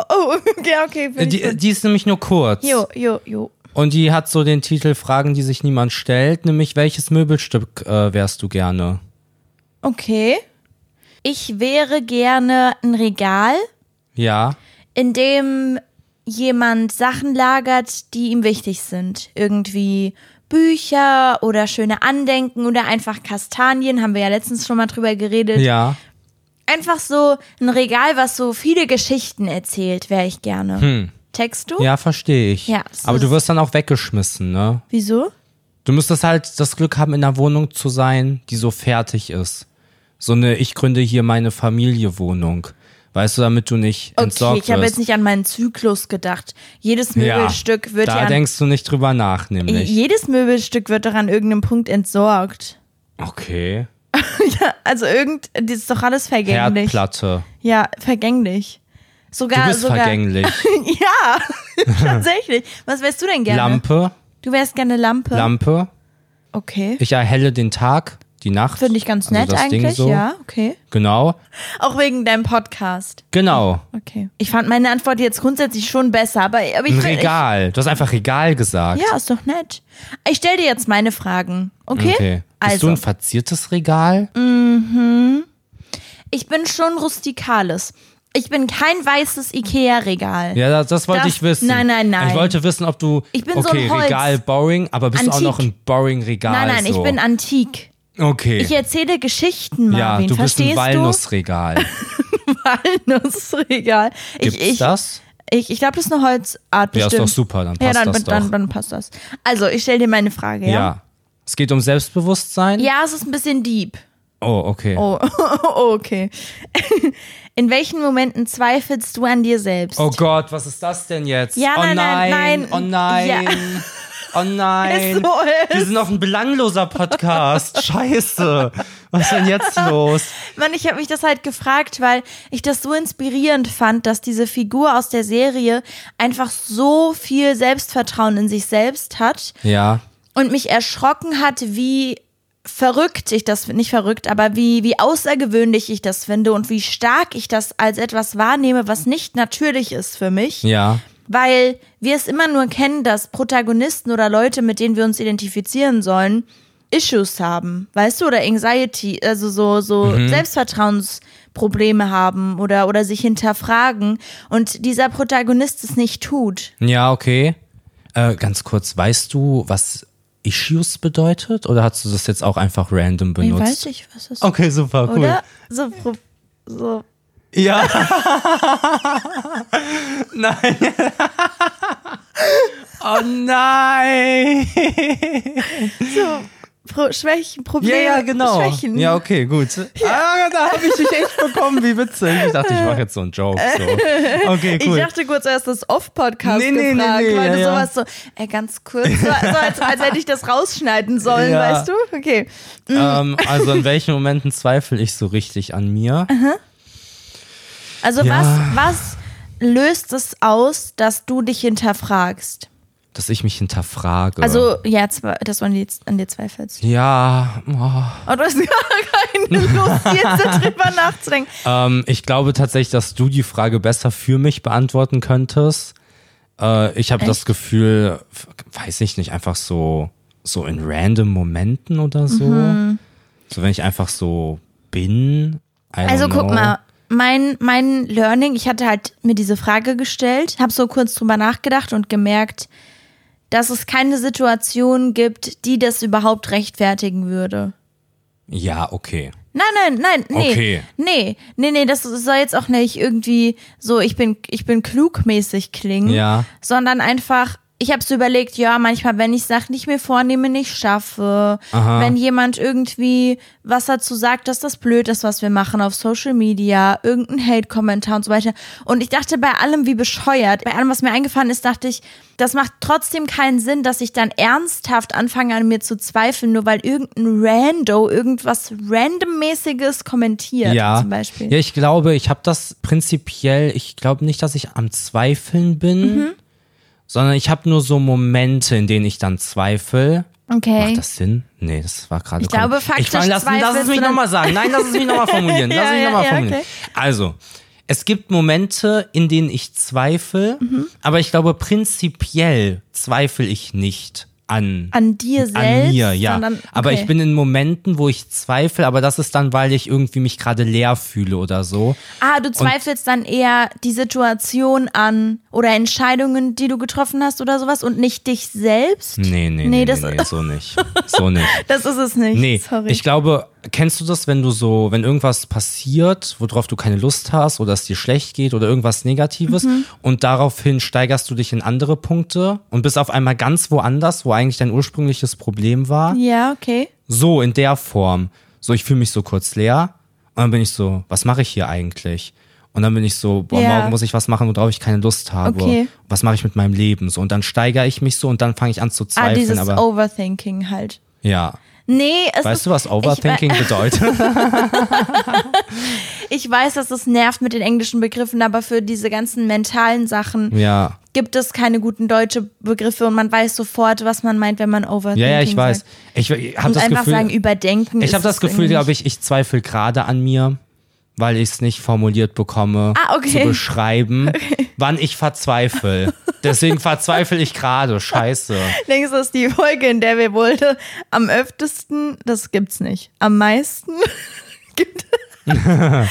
Oh, okay, okay. finde ich die, gut. die ist nämlich nur kurz. Jo, jo, jo. Und die hat so den Titel Fragen, die sich niemand stellt, nämlich welches Möbelstück äh, wärst du gerne? Okay. Ich wäre gerne ein Regal, Ja, in dem jemand Sachen lagert, die ihm wichtig sind. Irgendwie Bücher oder schöne Andenken oder einfach Kastanien, haben wir ja letztens schon mal drüber geredet. ja. Einfach so ein Regal, was so viele Geschichten erzählt, wäre ich gerne. Hm. Text du? Ja, verstehe ich. Ja, das Aber du ist- wirst dann auch weggeschmissen, ne? Wieso? Du müsstest halt das Glück haben, in einer Wohnung zu sein, die so fertig ist. So eine Ich gründe hier meine Familie Wohnung. Weißt du, damit du nicht Okay, entsorgt ich habe wirst. jetzt nicht an meinen Zyklus gedacht. Jedes Möbelstück ja, wird da ja an, denkst du nicht drüber nach, nämlich. jedes Möbelstück wird doch an irgendeinem Punkt entsorgt. Okay. Also irgend, das ist doch alles vergänglich. Herdplatte. Ja, vergänglich. Sogar, Du bist sogar, vergänglich. Ja, tatsächlich. Was wärst du denn gerne? Lampe, Du wärst gerne Lampe. Lampe. okay. Ich erhelle den Tag, die Nacht. Finde ich ganz Also nett das Ding eigentlich, so. ja, okay. Genau, Auch wegen deinem Podcast. genau. Okay. Ich fand meine Antwort jetzt grundsätzlich schon besser, aber, aber ich Ein find- Regal. Du hast einfach Regal gesagt. Ich, ja, ist doch nett. Ich stell dir jetzt meine Fragen, okay? Okay. Bist du Also, Mm. ein verziertes Regal? ich bin schon rustikales. Ich bin kein weißes Ikea-Regal. Ja, das, das wollte Das- ich wissen. nein, nein, nein. Ich wollte wissen, ob du. Ich bin so okay, ein Holz. Regal boring, aber bist du Antik. auch noch ein boring Regal? nein, nein, so. ich bin antik. also. Okay. Ich erzähle Geschichten, ja, Marvin. du bist Verstehst ein Walnussregal. du? Walnussregal. Ich, Gibt's ich, das? Ich, ich glaube, das ist eine Holzart Ja, bestimmt. ist doch super, dann Ja, passt dann, das doch. Dann, dann passt das. Also, ich stelle dir meine Frage, ja. ja? Es geht um Selbstbewusstsein? Ja, es ist ein bisschen deep. Oh, okay. Oh, oh, okay. In welchen Momenten zweifelst du an dir selbst? Oh Gott, was ist das denn jetzt? Ja, oh nein, nein, nein. oh nein. Oh nein. So äh, ist- Wir sind noch ein belangloser Podcast. Scheiße. Was ist denn jetzt los? Mann, ich habe mich das halt gefragt, weil ich das so inspirierend fand, dass diese Figur aus der Serie einfach so viel Selbstvertrauen in sich selbst hat Ja. und mich erschrocken hat, wie verrückt ich das nicht verrückt, aber wie wie außergewöhnlich ich das finde und wie stark ich das als etwas wahrnehme, was nicht natürlich ist für mich, Ja. weil wir es immer nur kennen, dass Protagonisten oder Leute, mit denen wir uns identifizieren sollen, Issues haben, weißt du, oder Anxiety, also so so Selbstvertrauensprobleme haben oder oder sich hinterfragen und dieser Protagonist es nicht tut. Ja, okay. Äh, ganz kurz, weißt du, was Issues bedeutet? Oder hast du das jetzt auch einfach random Ich benutzt? weiß nicht, was das Okay, super, Oh, cool. oder so pro- so Ja. nein. oh nein. Pro Schwächen, Ja, Probleme, ja, genau. Schwächen. Ja, okay, gut. Ah, da habe ich dich echt bekommen, wie witzig. Ich dachte, ich mache jetzt so einen Joke. So. Okay, cool. Ich dachte kurz erst das Off-Podcast Nee, nee, gefragt, nee, nee, weil ja, du ja. sowas so, ey, ganz kurz, so, so als, als hätte ich das rausschneiden sollen, Ja. weißt du? Okay. ähm, also in welchen Momenten zweifle ich so richtig an mir? Also Ja. was, was löst es aus, dass du dich hinterfragst? Dass ich mich hinterfrage. Also, ja, zwe- dass du an, die, an dir zweifelst. ja, oh. Und du hast gar keine Lust, jetzt darüber nachzudenken. Ähm, ich glaube tatsächlich, dass du die Frage besser für mich beantworten könntest. Äh, ich habe das Gefühl, f- weiß ich nicht, einfach so, so in random Momenten oder so. Mhm. So, wenn ich einfach so bin. I don't Also guck know. mal, mein, mein Learning, ich hatte halt mir diese Frage gestellt, habe so kurz drüber nachgedacht und gemerkt, dass es keine Situation gibt, die das überhaupt rechtfertigen würde. Ja, okay. Nein, nein, nein, nee. Okay. Nee, nee, nee, das soll jetzt auch nicht irgendwie so, ich bin, ich bin klugmäßig klingen, Ja. sondern einfach, ich habe so überlegt, ja, manchmal, wenn ich Sachen, die ich mir vornehme, nicht schaffe, wenn jemand irgendwie was dazu sagt, dass das blöd ist, was wir machen auf Social Media, irgendein Hate-Kommentar und so weiter. Und ich dachte bei allem, wie bescheuert, bei allem, was mir eingefallen ist, dachte ich, das macht trotzdem keinen Sinn, dass ich dann ernsthaft anfange, an mir zu zweifeln, nur weil irgendein Rando irgendwas Randommäßiges kommentiert, Ja. zum Beispiel. ja, ich glaube, ich habe das prinzipiell, ich glaube nicht, dass ich am Zweifeln bin, Mhm. sondern ich habe nur so Momente, in denen ich dann zweifle. Okay. Macht das Sinn? Nee, das war gerade. Ich glaube, komisch. faktisch Ich fang- lass, lass es zweifelst mich du dann- nochmal sagen. Nein, lass es mich nochmal formulieren. Lass Ja, es mich ja, nochmal ja, formulieren. okay. Also, es gibt Momente, in denen ich zweifle, Mhm. aber ich glaube, prinzipiell zweifle ich nicht an. an dir selbst, An mir, ja. sondern Aber okay. ich bin in Momenten, wo ich zweifle, aber das ist dann, weil ich irgendwie mich gerade leer fühle oder so. Ah, du zweifelst dann eher die Situation an oder Entscheidungen, die du getroffen hast oder sowas und nicht dich selbst? Nee, nee, nee, Nee, nee, das- nee so nicht. So nicht. Das ist es nicht. Nee, Sorry. ich glaube, kennst du das, wenn du so, wenn irgendwas passiert, worauf du keine Lust hast oder es dir schlecht geht oder irgendwas Negatives Mhm. und daraufhin steigerst du dich in andere Punkte und bist auf einmal ganz woanders, wo eigentlich dein ursprüngliches Problem war? ja, okay. So in der Form. So, ich fühle mich so kurz leer und dann bin ich so, was mache ich hier eigentlich? Und dann bin ich so, boah, Ja. morgen muss ich was machen, worauf ich keine Lust habe. Okay. Was mache ich mit meinem Leben? So, und dann steigere ich mich so und dann fange ich an zu Ah, zweifeln. dieses aber Overthinking halt. ja. Nee, es Weißt ist, du, was Overthinking bedeutet? ich weiß, dass es nervt mit den englischen Begriffen, aber für diese ganzen mentalen Sachen Ja. gibt es keine guten deutsche Begriffe und man weiß sofort, was man meint, wenn man Overthinking Ja, ja, ich weiß. sagt. Ich, ich habe Und das einfach Gefühl, sagen, überdenken. ich ist habe das es Gefühl, irgendwie glaube ich, ich zweifle gerade an mir, weil ich es nicht formuliert bekomme, Ah, okay. zu beschreiben, wann ich verzweifle. Deswegen verzweifle ich gerade. Scheiße. Denkst du, das ist die Folge, in der wir wohl am öftesten, das gibt's nicht, am meisten gibt Ah,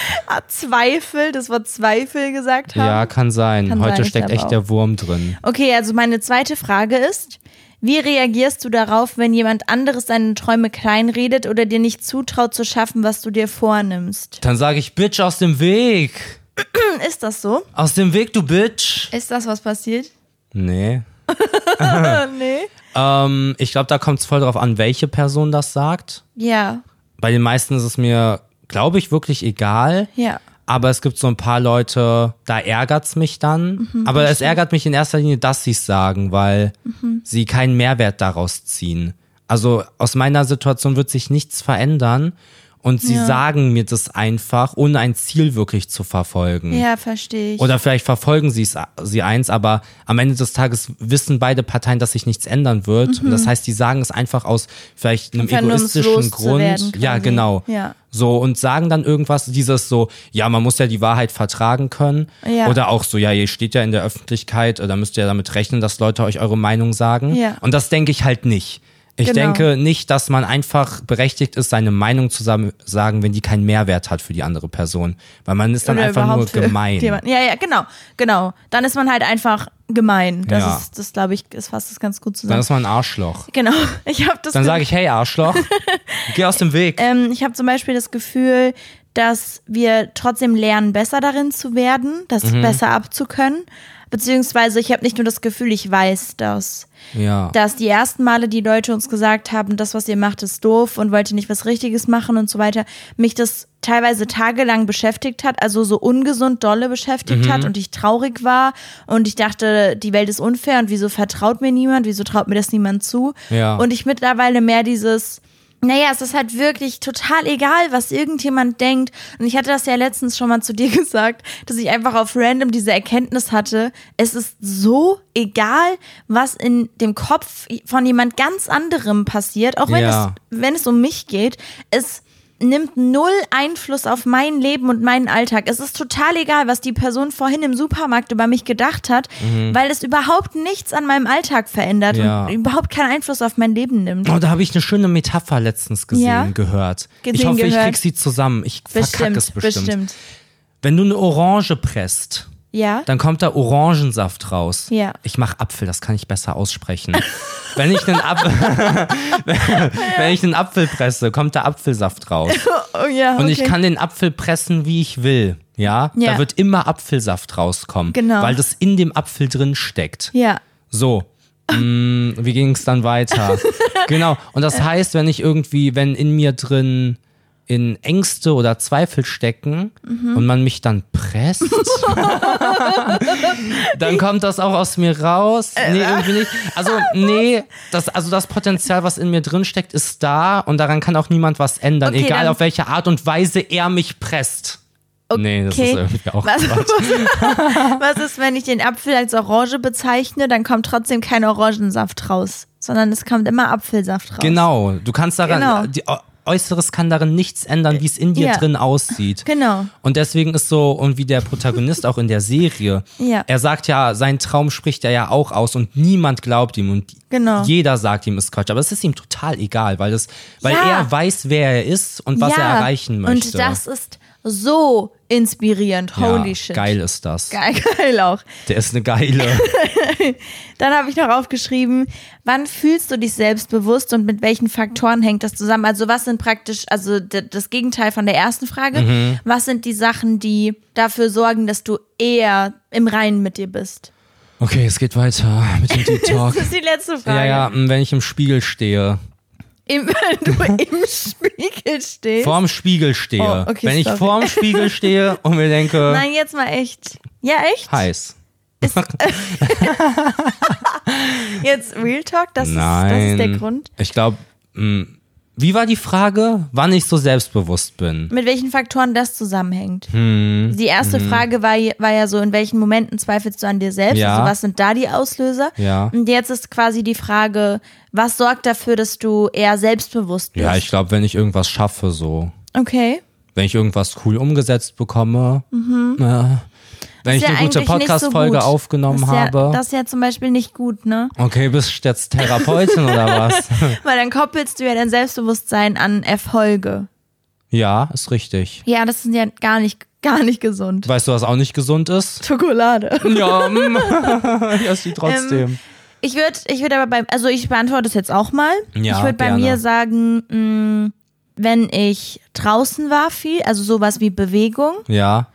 Zweifel, das Wort Zweifel gesagt haben? Ja, kann sein. Kann Heute sein, ich steckt glaube echt auch. der Wurm drin. Okay, also meine zweite Frage ist, wie reagierst du darauf, wenn jemand anderes deine Träume kleinredet oder dir nicht zutraut zu schaffen, was du dir vornimmst? Dann sage ich, Bitch, aus dem Weg. Hm, Ist das so? Aus dem Weg, du Bitch. Ist das was passiert? Nee. nee. Ähm, ich glaube, da kommt es voll drauf an, welche Person das sagt. Ja, Bei den meisten ist es mir, glaube ich, wirklich egal. ja. Aber es gibt so ein paar Leute, da ärgert's mich dann. aber es ärgert mich in erster Linie, dass sie's sagen, weil sie keinen Mehrwert daraus ziehen. Also aus meiner Situation wird sich nichts verändern. Und sie Ja. sagen mir das einfach, ohne ein Ziel wirklich zu verfolgen. Ja, verstehe ich. Hm. Oder vielleicht verfolgen sie es, sie eins, aber am Ende des Tages wissen beide Parteien, dass sich nichts ändern wird. Und das heißt, die sagen es einfach aus vielleicht einem Mhm. Einfach nur, um's egoistischen Grund. loszuwerden Ja, quasi. genau. Ja. So, und sagen dann irgendwas, dieses so, ja, man muss ja die Wahrheit vertragen können. Ja. Oder auch so, ja, ihr steht ja in der Öffentlichkeit, äh, da müsst ihr ja damit rechnen, dass Leute euch eure Meinung sagen. Ja. Und das denke ich halt nicht. Ich Genau. denke nicht, dass man einfach berechtigt ist, seine Meinung zu sam- sagen, wenn die keinen Mehrwert hat für die andere Person. Weil man ist dann Oder einfach nur überhaupt für gemein. irgendjemand. Ja, ja, genau, genau. Dann ist man halt einfach gemein. Das Ja. ist, das glaube ich, ist fast das ganz gut Dann zusammen. ist man ein Arschloch. Genau. Ich habe das. Dann sage ich, hey Arschloch, geh aus dem Weg. ähm, ich habe zum Beispiel das Gefühl, Mhm. dass wir trotzdem lernen, besser darin zu werden, das besser abzukönnen. Beziehungsweise ich habe nicht nur das Gefühl, ich weiß das. Ja. Dass die ersten Male die Leute uns gesagt haben, das, was ihr macht, ist doof und wollt ihr nicht was Richtiges machen und so weiter, mich das teilweise tagelang beschäftigt hat, also so ungesund dolle beschäftigt Mhm. hat und ich traurig war und ich dachte, die Welt ist unfair und wieso vertraut mir niemand, wieso traut mir das niemand zu? Ja. Und ich mittlerweile mehr dieses, naja, es ist halt wirklich total egal, was irgendjemand denkt. Und ich hatte das ja letztens schon mal zu dir gesagt, dass ich einfach auf random diese Erkenntnis hatte. Es ist so egal, was in dem Kopf von jemand ganz anderem passiert, auch wenn, Ja. es, wenn es um mich geht. Es nimmt null Einfluss auf mein Leben und meinen Alltag. Es ist total egal, was die Person vorhin im Supermarkt über mich gedacht hat, weil es überhaupt nichts an meinem Alltag verändert Mhm. Ja. und überhaupt keinen Einfluss auf mein Leben nimmt. Oh, da habe ich eine schöne Metapher letztens gesehen, Ja? gehört. ich Gesehen, hoffe, ich gehört. krieg sie zusammen. Ich verkacke es bestimmt. bestimmt. Wenn du eine Orange presst, Ja. dann kommt da Orangensaft raus. Ja. Ich mache Apfel, das kann ich besser aussprechen. wenn, ich einen Apfel, wenn ich einen Apfel presse, kommt da Apfelsaft raus. oh, ja, Und okay. ich kann den Apfel pressen, wie ich will. Ja? Ja. Da wird immer Apfelsaft rauskommen. Genau. Weil das in dem Apfel drin steckt. Ja. So. Mm, wie ging es dann weiter? genau. Und das heißt, wenn ich irgendwie, wenn in mir drin in Ängste oder Zweifel stecken Mhm. und man mich dann presst, dann kommt das auch aus mir raus. Äh, Nee, irgendwie nicht. Also, nee, das, also das Potenzial, was in mir drin steckt, ist da und daran kann auch niemand was ändern, Okay, egal dann- auf welche Art und Weise er mich presst. Nee, das ist Okay. irgendwie auch Was, was ist, wenn ich den Apfel als Orange bezeichne, dann kommt trotzdem kein Orangensaft raus, sondern es kommt immer Apfelsaft raus. Genau, du kannst daran, Genau. die Äu- Äußeres kann darin nichts ändern, wie es in dir Ja. drin aussieht. Genau. Und deswegen ist so, und wie der Protagonist auch in der Serie, Ja. er sagt ja, sein Traum spricht er ja auch aus und niemand glaubt ihm und Genau. jeder sagt ihm, ist Quatsch. Aber es ist ihm total egal, weil, das, weil Ja. er weiß, wer er ist und was ja. er erreichen möchte. Und das ist so inspirierend. Holy ja, shit. Geil ist das. Geil, geil auch. Der ist eine geile. Dann habe ich noch aufgeschrieben, wann fühlst du dich selbstbewusst und mit welchen Faktoren hängt das zusammen? Also was sind praktisch, also d- das Gegenteil von der ersten Frage, Mhm. was sind die Sachen, die dafür sorgen, dass du eher im Reinen mit dir bist? Okay, es geht weiter mit dem Deep Talk. Das ist die letzte Frage. ja, ja, mh, wenn ich im Spiegel stehe. Im, wenn du im Spiegel stehst. vorm Spiegel stehe. Oh, okay, wenn ich sorry. vorm Spiegel stehe und mir denke, Nein, jetzt mal echt. Ja, echt? heiß. Jetzt Real Talk, das, Ist, das Nein. ist der Grund. Ich glaube, wie war die Frage? Wann ich so selbstbewusst bin? Mit welchen Faktoren das zusammenhängt. Hm. Die erste Frage war, je- war ja so, in welchen Momenten zweifelst du an dir selbst? Ja. Also was sind da die Auslöser? Ja. Und jetzt ist quasi die Frage, was sorgt dafür, dass du eher selbstbewusst bist? Ja, ich glaube, wenn ich irgendwas schaffe, so. okay. Wenn ich irgendwas cool umgesetzt bekomme. Äh, wenn Mhm. Ist ich ja eine gute eigentlich nicht so Podcast-Folge gut. aufgenommen das ist ja, habe. Das ist ja zum Beispiel nicht gut, ne? okay, bist du jetzt Therapeutin oder was? Weil dann koppelst du ja dein Selbstbewusstsein an Erfolge. Ja, ist richtig. Ja, das ist ja gar nicht, gar nicht gesund. Weißt du, was auch nicht gesund ist? Schokolade. Ja, mm. ich esse Ähm, die trotzdem. Ich würde ich würd aber beim, also ich beantworte es jetzt auch mal. Ja, ich würde bei gerne. mir sagen, mh, wenn ich draußen war viel, also sowas wie Bewegung, ja.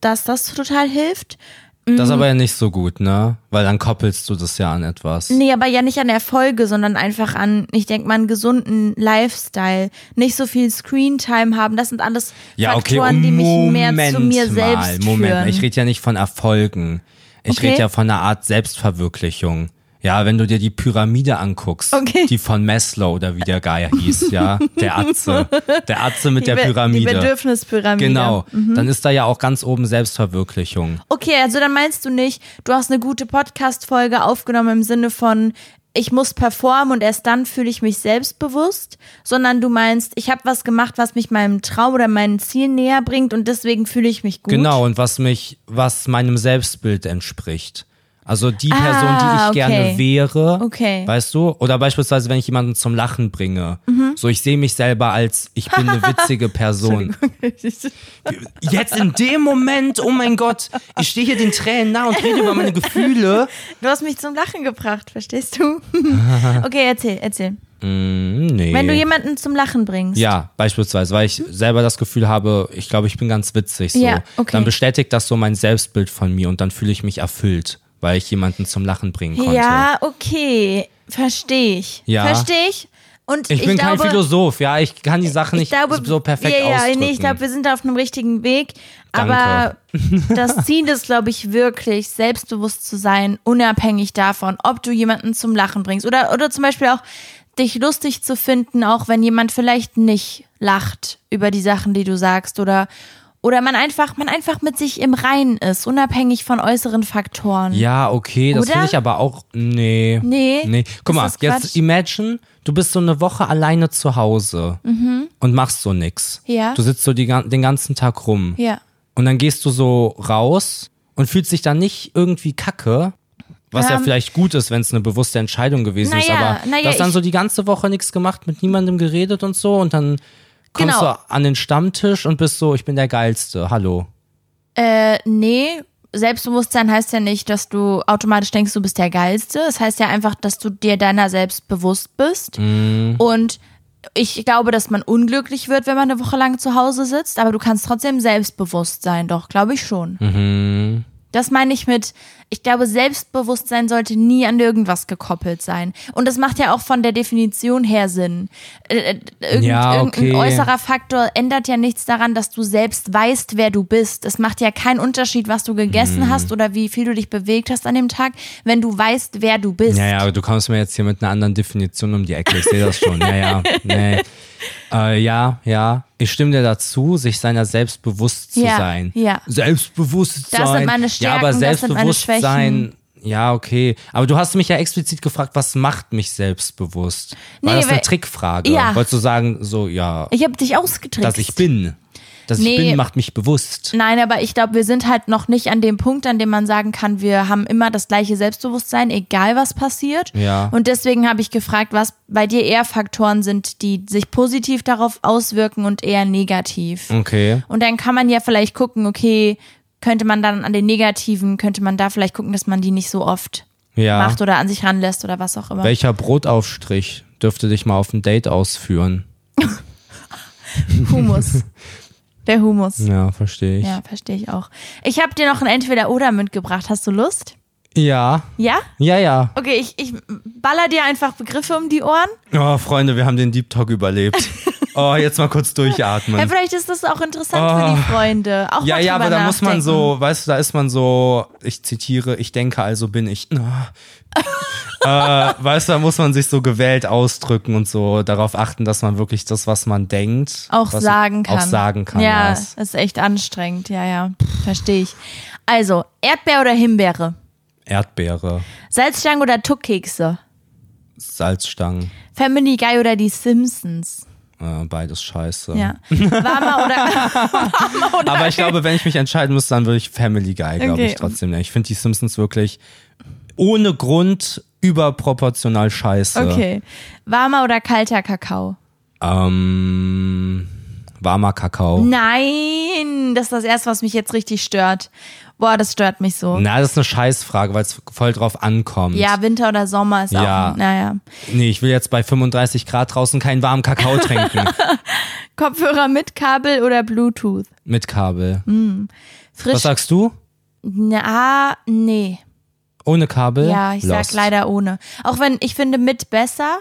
dass das total hilft. Das Mhm. ist aber ja nicht so gut, ne? Weil dann koppelst du das ja an etwas. Nee, aber ja nicht an Erfolge, sondern einfach an, ich denke mal, einen gesunden Lifestyle. Nicht so viel Screentime haben, das sind alles ja, okay, Faktoren, die mich mehr zu mir mal, selbst Moment, führen. ich rede ja nicht von Erfolgen. Ich Okay. rede ja von einer Art Selbstverwirklichung. Ja, wenn du dir die Pyramide anguckst, Okay. die von Maslow oder wie der Geier hieß, ja, der Atze, der Atze mit der Be- Die Mhm. Pyramide. Bedürfnispyramide. Genau, dann ist da ja auch ganz oben Selbstverwirklichung. Okay, also dann meinst du nicht, du hast eine gute Podcast-Folge aufgenommen im Sinne von, ich muss performen und erst dann fühle ich mich selbstbewusst, sondern du meinst, ich habe was gemacht, was mich meinem Traum oder meinen Zielen näher bringt und deswegen fühle ich mich gut. Genau, und was mich, was meinem Selbstbild entspricht. Also die Ah, Person, die ich okay. gerne wäre, Okay. weißt du? Oder beispielsweise, wenn ich jemanden zum Lachen bringe. Mhm. So, ich sehe mich selber als, ich bin eine witzige Person. Jetzt in dem Moment, oh mein Gott, ich stehe hier den Tränen nah und rede über meine Gefühle. Du hast mich zum Lachen gebracht, verstehst du? okay, erzähl, erzähl. Hm, nee. Wenn du jemanden zum Lachen bringst. Ja, beispielsweise, weil ich selber das Gefühl habe, ich glaube, ich bin ganz witzig so. Ja, okay. Dann bestätigt das so mein Selbstbild von mir und dann fühle ich mich erfüllt. weil ich jemanden zum Lachen bringen konnte. Ja, okay. Verstehe ich. Ja. Verstehe ich. Und Ich, bin glaube, kein Philosoph, ja, ich kann die Sachen nicht so perfekt ja, ja, ausdrücken. Nee, ich glaube, wir sind da auf einem richtigen Weg. Danke. Aber das Ziel ist, glaube ich, wirklich selbstbewusst zu sein, unabhängig davon, ob du jemanden zum Lachen bringst. Oder, oder zum Beispiel auch dich lustig zu finden, auch wenn jemand vielleicht nicht lacht über die Sachen, die du sagst. Oder, oder man, einfach, man einfach mit sich im Reinen ist, unabhängig von äußeren Faktoren. Ja, okay, das Oder? finde ich aber auch. Nee. Nee? Nee. Guck Ist mal, das jetzt Quatsch? imagine, du bist so eine Woche alleine zu Hause und machst so nix. Mhm. Ja. Du sitzt so die, gan- den ganzen Tag rum. Ja. Und dann gehst du so raus und fühlst dich dann nicht irgendwie kacke. Was ja Ähm, vielleicht gut ist, wenn es eine bewusste Entscheidung gewesen ist, naja, aber naja, du hast dann ich- so die ganze Woche nichts gemacht, mit niemandem geredet und so und dann kommst Genau. du an den Stammtisch und bist so, ich bin der Geilste, hallo. Äh, nee. Selbstbewusstsein heißt ja nicht, dass du automatisch denkst, du bist der Geilste. Es heißt ja einfach, dass du dir deiner selbst bewusst bist. Mhm. Und ich glaube, dass man unglücklich wird, wenn man eine Woche lang zu Hause sitzt, aber du kannst trotzdem selbstbewusst sein, doch, glaube ich schon. Mhm. Das meine ich mit, ich glaube, Selbstbewusstsein sollte nie an irgendwas gekoppelt sein. Und das macht ja auch von der Definition her Sinn. Äh, äh, Irgend, Ja, okay. Irgendein äußerer Faktor ändert ja nichts daran, dass du selbst weißt, wer du bist. Es macht ja keinen Unterschied, was du Mhm. gegessen hast oder wie viel du dich bewegt hast an dem Tag, wenn du weißt, wer du bist. Ja, ja, aber du kommst mir jetzt hier mit einer anderen Definition um die Ecke. Ich sehe das schon. Ja, ja. Nee. Äh, ja, ja. Ich stimme dir dazu, sich seiner selbst bewusst zu Ja, sein. ja. Selbstbewusst sein. Das sind meine ja, Stärken, aber das sind meine Selbstbewusstsein. Schwächen. Ja, okay. Aber du hast mich ja explizit gefragt, was macht mich selbstbewusst? War Nee, das eine weil- Trickfrage? Ja. Wolltest du sagen, so, ja, Ich habe dich ausgetrickst. dass ich bin. Dass ich Nee. bin, macht mich bewusst. Nein, aber ich glaube, wir sind halt noch nicht an dem Punkt, an dem man sagen kann, wir haben immer das gleiche Selbstbewusstsein, egal was passiert. Ja. Und deswegen habe ich gefragt, was bei dir eher Faktoren sind, die sich positiv darauf auswirken und eher negativ. Okay. Und dann kann man ja vielleicht gucken, okay, könnte man dann an den Negativen, könnte man da vielleicht gucken, dass man die nicht so oft Ja. macht oder an sich ranlässt oder was auch immer. Welcher Brotaufstrich dürfte dich mal auf ein Date ausführen? Humus. Der Humus. Ja, verstehe ich. Ja, verstehe ich auch. Ich habe dir noch ein Entweder-Oder mitgebracht. Hast du Lust? ja. Ja? Ja, ja. Okay, ich, ich baller dir einfach Begriffe um die Ohren. Oh, Freunde, wir haben den Deep Talk überlebt. Oh, jetzt mal kurz durchatmen. Ja, vielleicht ist das auch interessant für die Freunde. Auch Ah. Ja, mal ja, drüber aber da muss man nachdenken. so, weißt du, da ist man so, ich zitiere, ich denke, also bin ich. Ah. äh, weißt du, da muss man sich so gewählt ausdrücken und so darauf achten, dass man wirklich das, was man denkt, auch was sagen kann. Auch sagen kann. Ja, Ja. ist echt anstrengend. Ja, ja, verstehe ich. Also, Erdbeer oder Himbeere? Erdbeere, Salzstangen oder Tuckkekse? Salzstangen, Family Guy oder die Simpsons? äh, beides scheiße. Ja. Warmer oder. Aber ich glaube, wenn ich mich entscheiden müsste, dann würde ich Family Guy, glaube ich, Okay. trotzdem. nehmen. Ich finde die Simpsons wirklich ohne Grund überproportional scheiße. Okay. Warmer oder kalter Kakao? Ähm, warmer Kakao. Nein, das ist das Erste, was mich jetzt richtig stört. Boah, das stört mich so. Na, das ist eine Scheißfrage, weil es voll drauf ankommt. Ja, Winter oder Sommer ist Ja. auch. Naja. Nee, ich will jetzt bei 35 Grad draußen keinen warmen Kakao trinken. Kopfhörer mit Kabel oder Bluetooth? Mit Kabel. Frisch. Was sagst du? Na, ah, nee. Ohne Kabel? Ja, ich Lost. sag leider ohne. Auch wenn ich finde mit besser.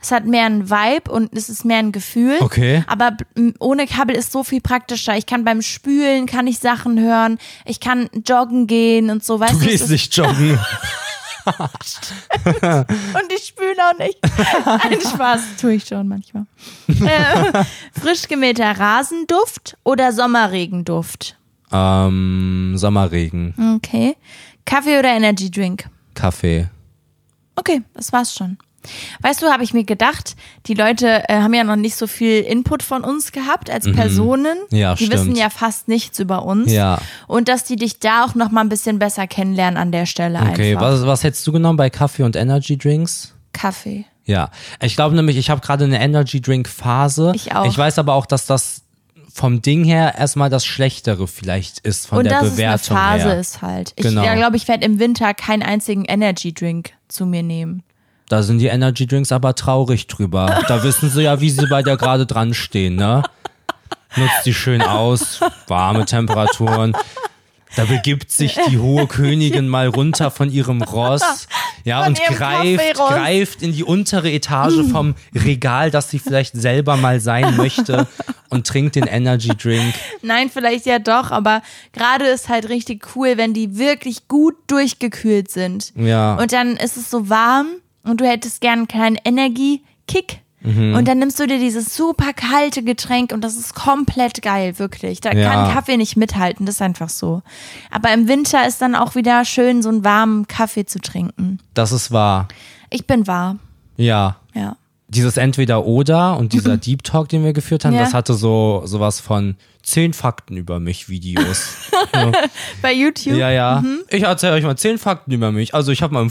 Es hat mehr einen Vibe und es ist mehr ein Gefühl. Okay. Aber b- m, ohne Kabel ist so viel praktischer. Ich kann beim Spülen, kann ich Sachen hören. Ich kann joggen gehen und so. Weißt Du es gehst ist- nicht joggen. Und ich spüle auch nicht. Ein Spaß. Tue ich schon manchmal. äh, frisch gemähter Rasenduft oder Sommerregenduft? ähm, Sommerregen, Okay. Kaffee oder Energy Drink? Kaffee. Okay, das war's schon. Weißt du, habe ich mir gedacht, die Leute äh, haben ja noch nicht so viel Input von uns gehabt als Personen. Mhm. Ja, die stimmt. wissen ja fast nichts über uns. Ja. Und dass die dich da auch noch mal ein bisschen besser kennenlernen an der Stelle Okay, einfach. was, was hättest du genommen bei Kaffee und Energy Drinks? Kaffee. Ja, ich glaube nämlich, ich habe gerade eine Energy Drink Phase. Ich auch. Ich weiß aber auch, dass das vom Ding her erstmal das Schlechtere vielleicht ist von Und der dass es Bewertung eine Phase her. ist halt. Ich Genau. ja, glaube, ich werde im Winter keinen einzigen Energy Drink zu mir nehmen. Da sind die Energy Drinks aber traurig drüber. Da wissen sie ja, wie sie bei der gerade dran stehen, ne? Nutzt die schön aus, warme Temperaturen. Da begibt sich die hohe Königin mal runter von ihrem Ross, ja, Von und ihrem greift, Kaffeeross. greift in die untere Etage vom Regal, das sie vielleicht selber mal sein möchte und trinkt den Energy Drink. Nein, vielleicht ja doch, aber gerade ist halt richtig cool, wenn die wirklich gut durchgekühlt sind. Ja. Und dann ist es so warm und du hättest gern einen kleinen Energiekick. Mhm. Und dann nimmst du dir dieses super kalte Getränk und das ist komplett geil, wirklich. Da Ja. kann Kaffee nicht mithalten, das ist einfach so. Aber im Winter ist dann auch wieder schön, so einen warmen Kaffee zu trinken. Das ist wahr. Ich bin wahr, Ja. ja. Dieses Entweder-Oder und dieser Deep Talk, den wir geführt haben, Mhm. Ja. das hatte so sowas von zehn Fakten über mich Videos. Bei YouTube. ja, ja. Mhm. Ich erzähle euch mal zehn Fakten über mich. Also ich habe mal im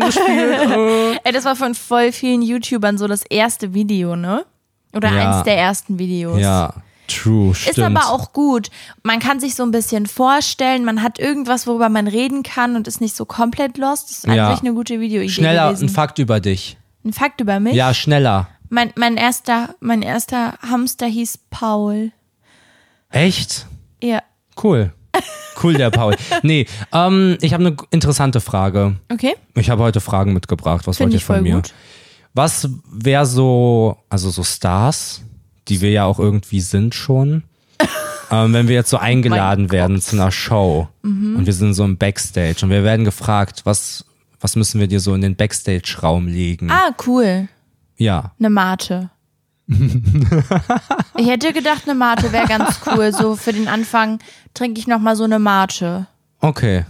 gespielt. äh, Ey, das war von voll vielen YouTubern so das erste Video, ne? Oder Ja. eins der ersten Videos. Ja, true, stimmt. Ist aber auch gut. Man kann sich so ein bisschen vorstellen, man hat irgendwas, worüber man reden kann und ist nicht so komplett lost. Das ist Ja. eigentlich eine gute Videoidee schneller ein gewesen. Fakt über dich. Ein Fakt über mich. Ja, schneller. Mein, mein, erster, mein erster Hamster hieß Paul. Echt? Ja. Cool. Cool, der Paul. Nee, ähm, ich habe eine interessante Frage. Okay. Ich habe heute Fragen mitgebracht. Was wollt Finde ihr ich voll von mir? gut. Was wäre so, also so Stars, die wir ja auch irgendwie sind schon, ähm, wenn wir jetzt so eingeladen werden zu einer Show Mhm. und wir sind so im Backstage und wir werden gefragt, was, was müssen wir dir so in den Backstage-Raum legen? Ah, cool. Ja. Eine Mate. ich hätte gedacht, eine Mate wäre ganz cool. So für den Anfang trinke ich nochmal so eine Mate. Okay.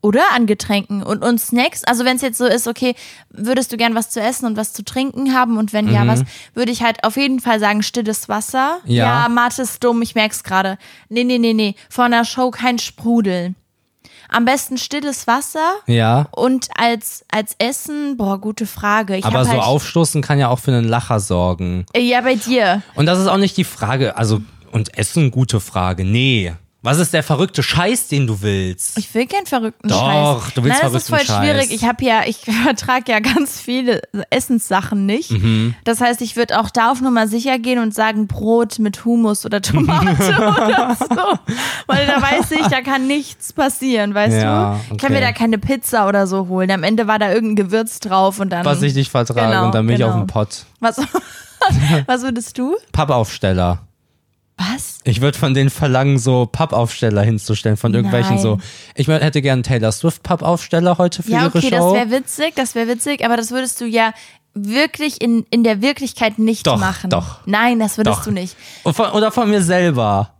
Oder an Getränken und, und Snacks. Also wenn es jetzt so ist, okay, würdest du gern was zu essen und was zu trinken haben und wenn ja, Mhm. was, würde ich halt auf jeden Fall sagen, stilles Wasser. Ja. Mate ist dumm, ich merk's gerade. Nee, nee, nee, nee. Vor einer Show kein Sprudel. Am besten stilles Wasser Ja. und als, als Essen, boah, gute Frage. Ich Aber hab so halt, äh, aufstoßen kann ja auch für einen Lacher sorgen. Ja, bei dir. Und das ist auch nicht die Frage, also, und Essen, gute Frage. Nee. Was ist der verrückte Scheiß, den du willst? Ich will keinen verrückten Doch, Scheiß. du willst Nein, das ist voll verrückten Scheiß. schwierig. Ich habe ja, ich vertrage ja ganz viele Essenssachen nicht. Mhm. Das heißt, ich würde auch da auf Nummer sicher gehen und sagen Brot mit Hummus oder Tomate oder so, weil da weiß ich, da kann nichts passieren, weißt Ja, du? Ich kann mir okay. da keine Pizza oder so holen. Am Ende war da irgendein Gewürz drauf und dann was ich nicht vertrage Genau, und dann bin ich genau. auf dem Pott. was, was würdest du? Pappaufsteller. Was? Ich würde von denen verlangen, so Pappaufsteller hinzustellen, von irgendwelchen Nein. so. Ich wär- hätte gern Taylor Swift Pappaufsteller heute für Ja, ihre okay, das Show. wäre witzig, das wäre witzig, aber das würdest du ja wirklich in, in der Wirklichkeit nicht Doch, machen. doch. Nein, das würdest Doch. du nicht. Und von, oder von mir selber.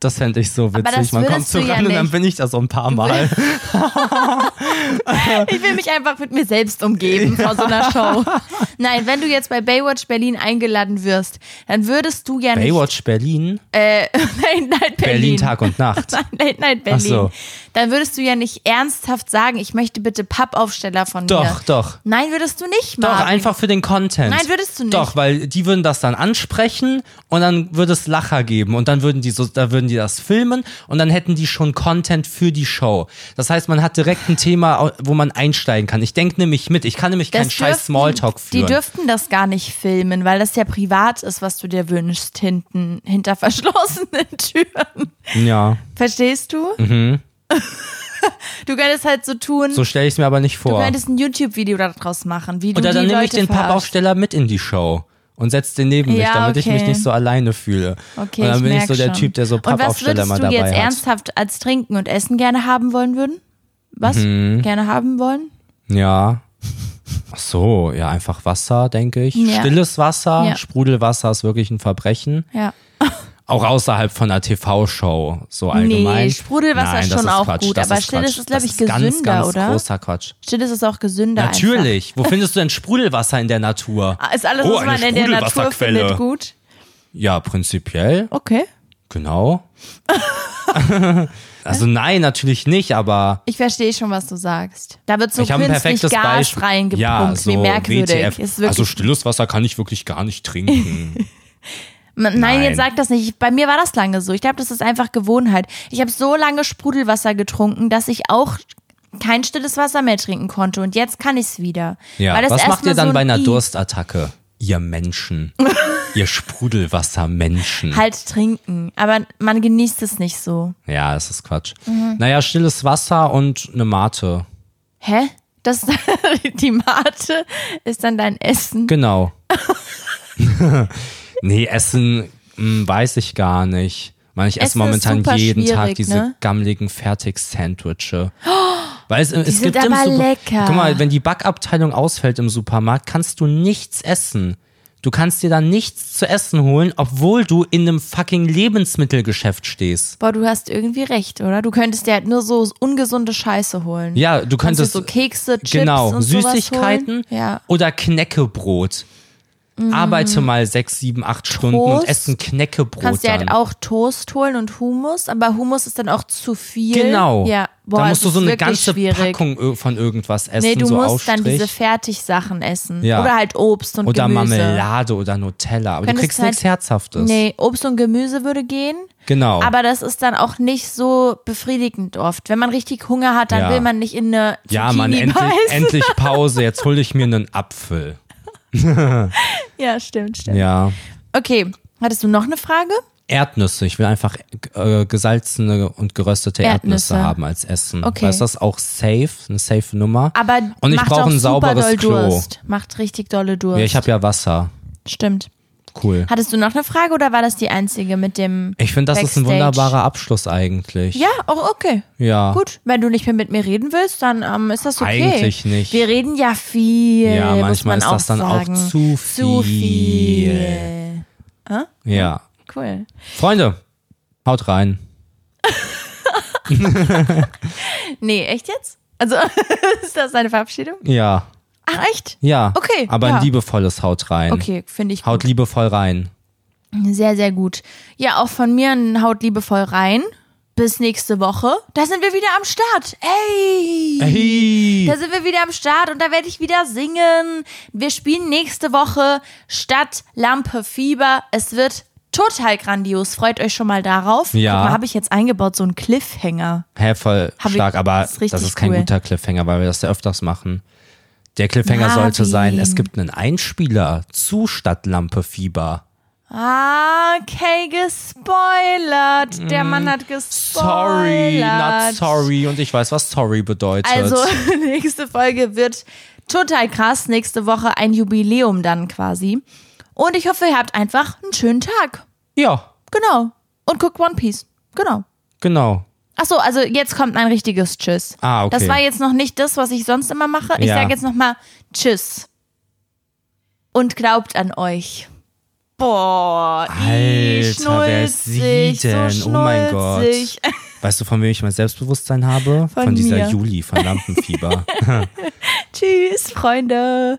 Das fände ich so witzig. das Man kommt würdest du ja zusammen und dann nicht. bin ich das so ein paar Mal. Ich will mich einfach mit mir selbst umgeben vor so einer Show. Nein, wenn du jetzt bei Baywatch Berlin eingeladen wirst, dann würdest du ja nicht. Baywatch Berlin? Late Night Berlin. Berlin Tag und Nacht. Late Night Berlin. so. Dann würdest du ja nicht ernsthaft sagen, ich möchte bitte Pappaufsteller von mir. Doch, doch. Nein, würdest du nicht Doch, machen. einfach für den Content. Nein, würdest du nicht. Doch, weil die würden das dann ansprechen und dann würde es Lacher geben und dann würden die so, da würden die das filmen und dann hätten die schon Content für die Show. Das heißt, man hat direkt ein Thema, wo man einsteigen kann. Ich denke nämlich mit, ich kann nämlich Das keinen scheiß dürften- Smalltalk führen. Die dürften das gar nicht filmen, weil das ja privat ist, was du dir wünschst, hinten, hinter verschlossenen Türen. ja, Verstehst du? du könntest halt so tun, Mhm. so stelle ich es mir aber nicht du vor. könntest ein YouTube-Video daraus machen, wie du Oder die dann Leute nehme ich den verarschst. Pappaufsteller mit in die Show. Und setz den neben mich, Ja, damit ich okay. mich nicht so alleine fühle. Okay, und dann bin ich merk so der schon. Typ, der so Und was Pappaufsteller würdest mal du dabei jetzt hat. ernsthaft als Trinken und Essen gerne haben wollen würden? Was? Mhm. Gerne haben wollen? Ja. Ach so, ja, einfach Wasser, denke ich. Ja. Stilles Wasser, Ja. Sprudelwasser ist wirklich ein Verbrechen. Ja. Auch außerhalb von einer TV-Show, so allgemein. Nee, Sprudelwasser Nein, ist das schon ist auch Quatsch. gut, das aber ist stilles Quatsch. ist, glaub Das ich, ganz, gesünder, ganz oder? großer Quatsch. Stilles ist auch gesünder. Natürlich. Wo findest du denn Sprudelwasser in der Natur? Einfach. Ah, Ist alles, Oh, was eine man in der Natur Sprudelwasserquelle. findet, gut? Ja, prinzipiell, Okay. genau. also nein, natürlich nicht, aber Ich verstehe schon, was du sagst. Da wird so ich habe ein künstlich perfektes Gas Beispiel. reingepumpt. ja, so Wie merkwürdig. WTF. Ist wirklich, also stilles Wasser kann ich wirklich gar nicht trinken. nein, jetzt nein. sag das nicht. Bei mir war das lange so. Ich glaube, das ist einfach Gewohnheit. Ich habe so lange Sprudelwasser getrunken, dass ich auch kein stilles Wasser mehr trinken konnte. Und jetzt kann ich es wieder. Ja, Weil das was erst macht mal ihr dann so bei ein einer I- Durstattacke? ihr Menschen, ihr Sprudelwassermenschen. Halt trinken. Aber man genießt es nicht so. Ja, das ist Quatsch. Mhm. Naja, stilles Wasser und eine Mate. Hä? Das, die Mate ist dann dein Essen. Genau. nee, Essen hm, weiß ich gar nicht. Ich meine, ich Essen ist esse momentan super jeden Tag schwierig, diese ne? gammeligen Fertig-Sandwiche. Weil es, es sind gibt im aber Super- lecker. Guck mal, wenn die Backabteilung ausfällt im Supermarkt, kannst du nichts essen. Du kannst dir dann nichts zu essen holen, obwohl du in einem fucking Lebensmittelgeschäft stehst. Boah, du hast irgendwie recht, oder? Du könntest dir halt nur so ungesunde Scheiße holen. Ja, du Kannst dir könntest so Kekse, Chips genau und sowas Süßigkeiten holen. Ja. Mhm. oder Knäckebrot. Arbeite mal sechs, sieben, acht Stunden und Toast. essen Knäckebrot kannst dir dann. halt auch Toast holen und Humus, aber Humus ist dann auch zu viel. Genau. Ja. da Boah, musst es du so ist eine wirklich ganze schwierig. Packung ir- von irgendwas essen, Nee, du so musst Aufstrich. dann diese Fertigsachen essen. Ja. Oder halt Obst und oder Gemüse. Marmelade oder Nutella. Aber du Könntest kriegst halt- nichts Herzhaftes. Nee, Obst und Gemüse würde gehen. Genau. Aber das ist dann auch nicht so befriedigend oft. Wenn man richtig Hunger hat, dann Ja. will man nicht in eine Zucchini ja, Mann, endlich, beißen. endlich Pause. Jetzt hole ich mir einen Apfel. Ja, stimmt, stimmt. Ja. Okay, hattest du noch eine Frage? Erdnüsse. Ich will einfach äh, gesalzene und geröstete Erdnüsse, Erdnüsse. haben als Essen. Okay. Weil ist das auch safe, eine safe Nummer. Aber und ich macht brauche auch ein sauberes super doll Klo. Durst. Macht richtig dolle Durst. Ja, ich habe ja Wasser. stimmt. Cool. Hattest du noch eine Frage oder war das die einzige mit dem Ich finde, das ist ein Backstage? wunderbarer Abschluss eigentlich. Ja, auch okay. Ja. Gut, wenn du nicht mehr mit mir reden willst, dann ähm, ist das okay. Eigentlich nicht. Wir reden ja viel. Ja, muss manchmal man ist das auch dann auch sagen. zu Zu viel. viel. Ja. Cool. Freunde, haut rein. Nee, echt jetzt? Also, ist das deine Verabschiedung? Ja. Ach, echt? Ja. Okay, Aber ja. ein liebevolles Haut rein. Okay, finde ich Haut gut. liebevoll rein. Sehr, sehr gut. Ja, auch von mir ein Haut liebevoll rein. Bis nächste Woche. Da sind wir wieder am Start. Ey! Hey. Da sind wir wieder am Start und da werde ich wieder singen. Wir spielen nächste Woche Stadt Lampe Fieber. Es wird total grandios. Freut euch schon mal darauf. Ja. Guck mal, habe ich jetzt eingebaut so einen Cliffhanger. Hä, voll Hab ich- stark, aber ist richtig das ist kein cool. guter Cliffhanger, weil wir das ja öfters machen. Der Cliffhanger sollte Ah, Marvin. sein, es gibt einen Einspieler zu Stadtlampe Fieber. Ah, okay, gespoilert. Der Mann hat gespoilert. Hm. Sorry, not sorry. Und ich weiß, was sorry bedeutet. Also, nächste Folge wird total krass. Nächste Woche ein Jubiläum dann quasi. Und ich hoffe, ihr habt einfach einen schönen Tag. ja, Genau. Und guckt One Piece. Genau. genau. Achso, also jetzt kommt mein richtiges Tschüss. Ah, okay. Das war jetzt noch nicht das, was ich sonst immer mache. Ich Ja. sage jetzt nochmal Tschüss. Und glaubt an euch. Boah, ih, Alter, wer ist sie schnulzig, denn? So oh mein Gott. schnulzig. Weißt du, von wem ich mein Selbstbewusstsein habe? Von dieser mir. Juli von Lampenfieber. Tschüss, Freunde.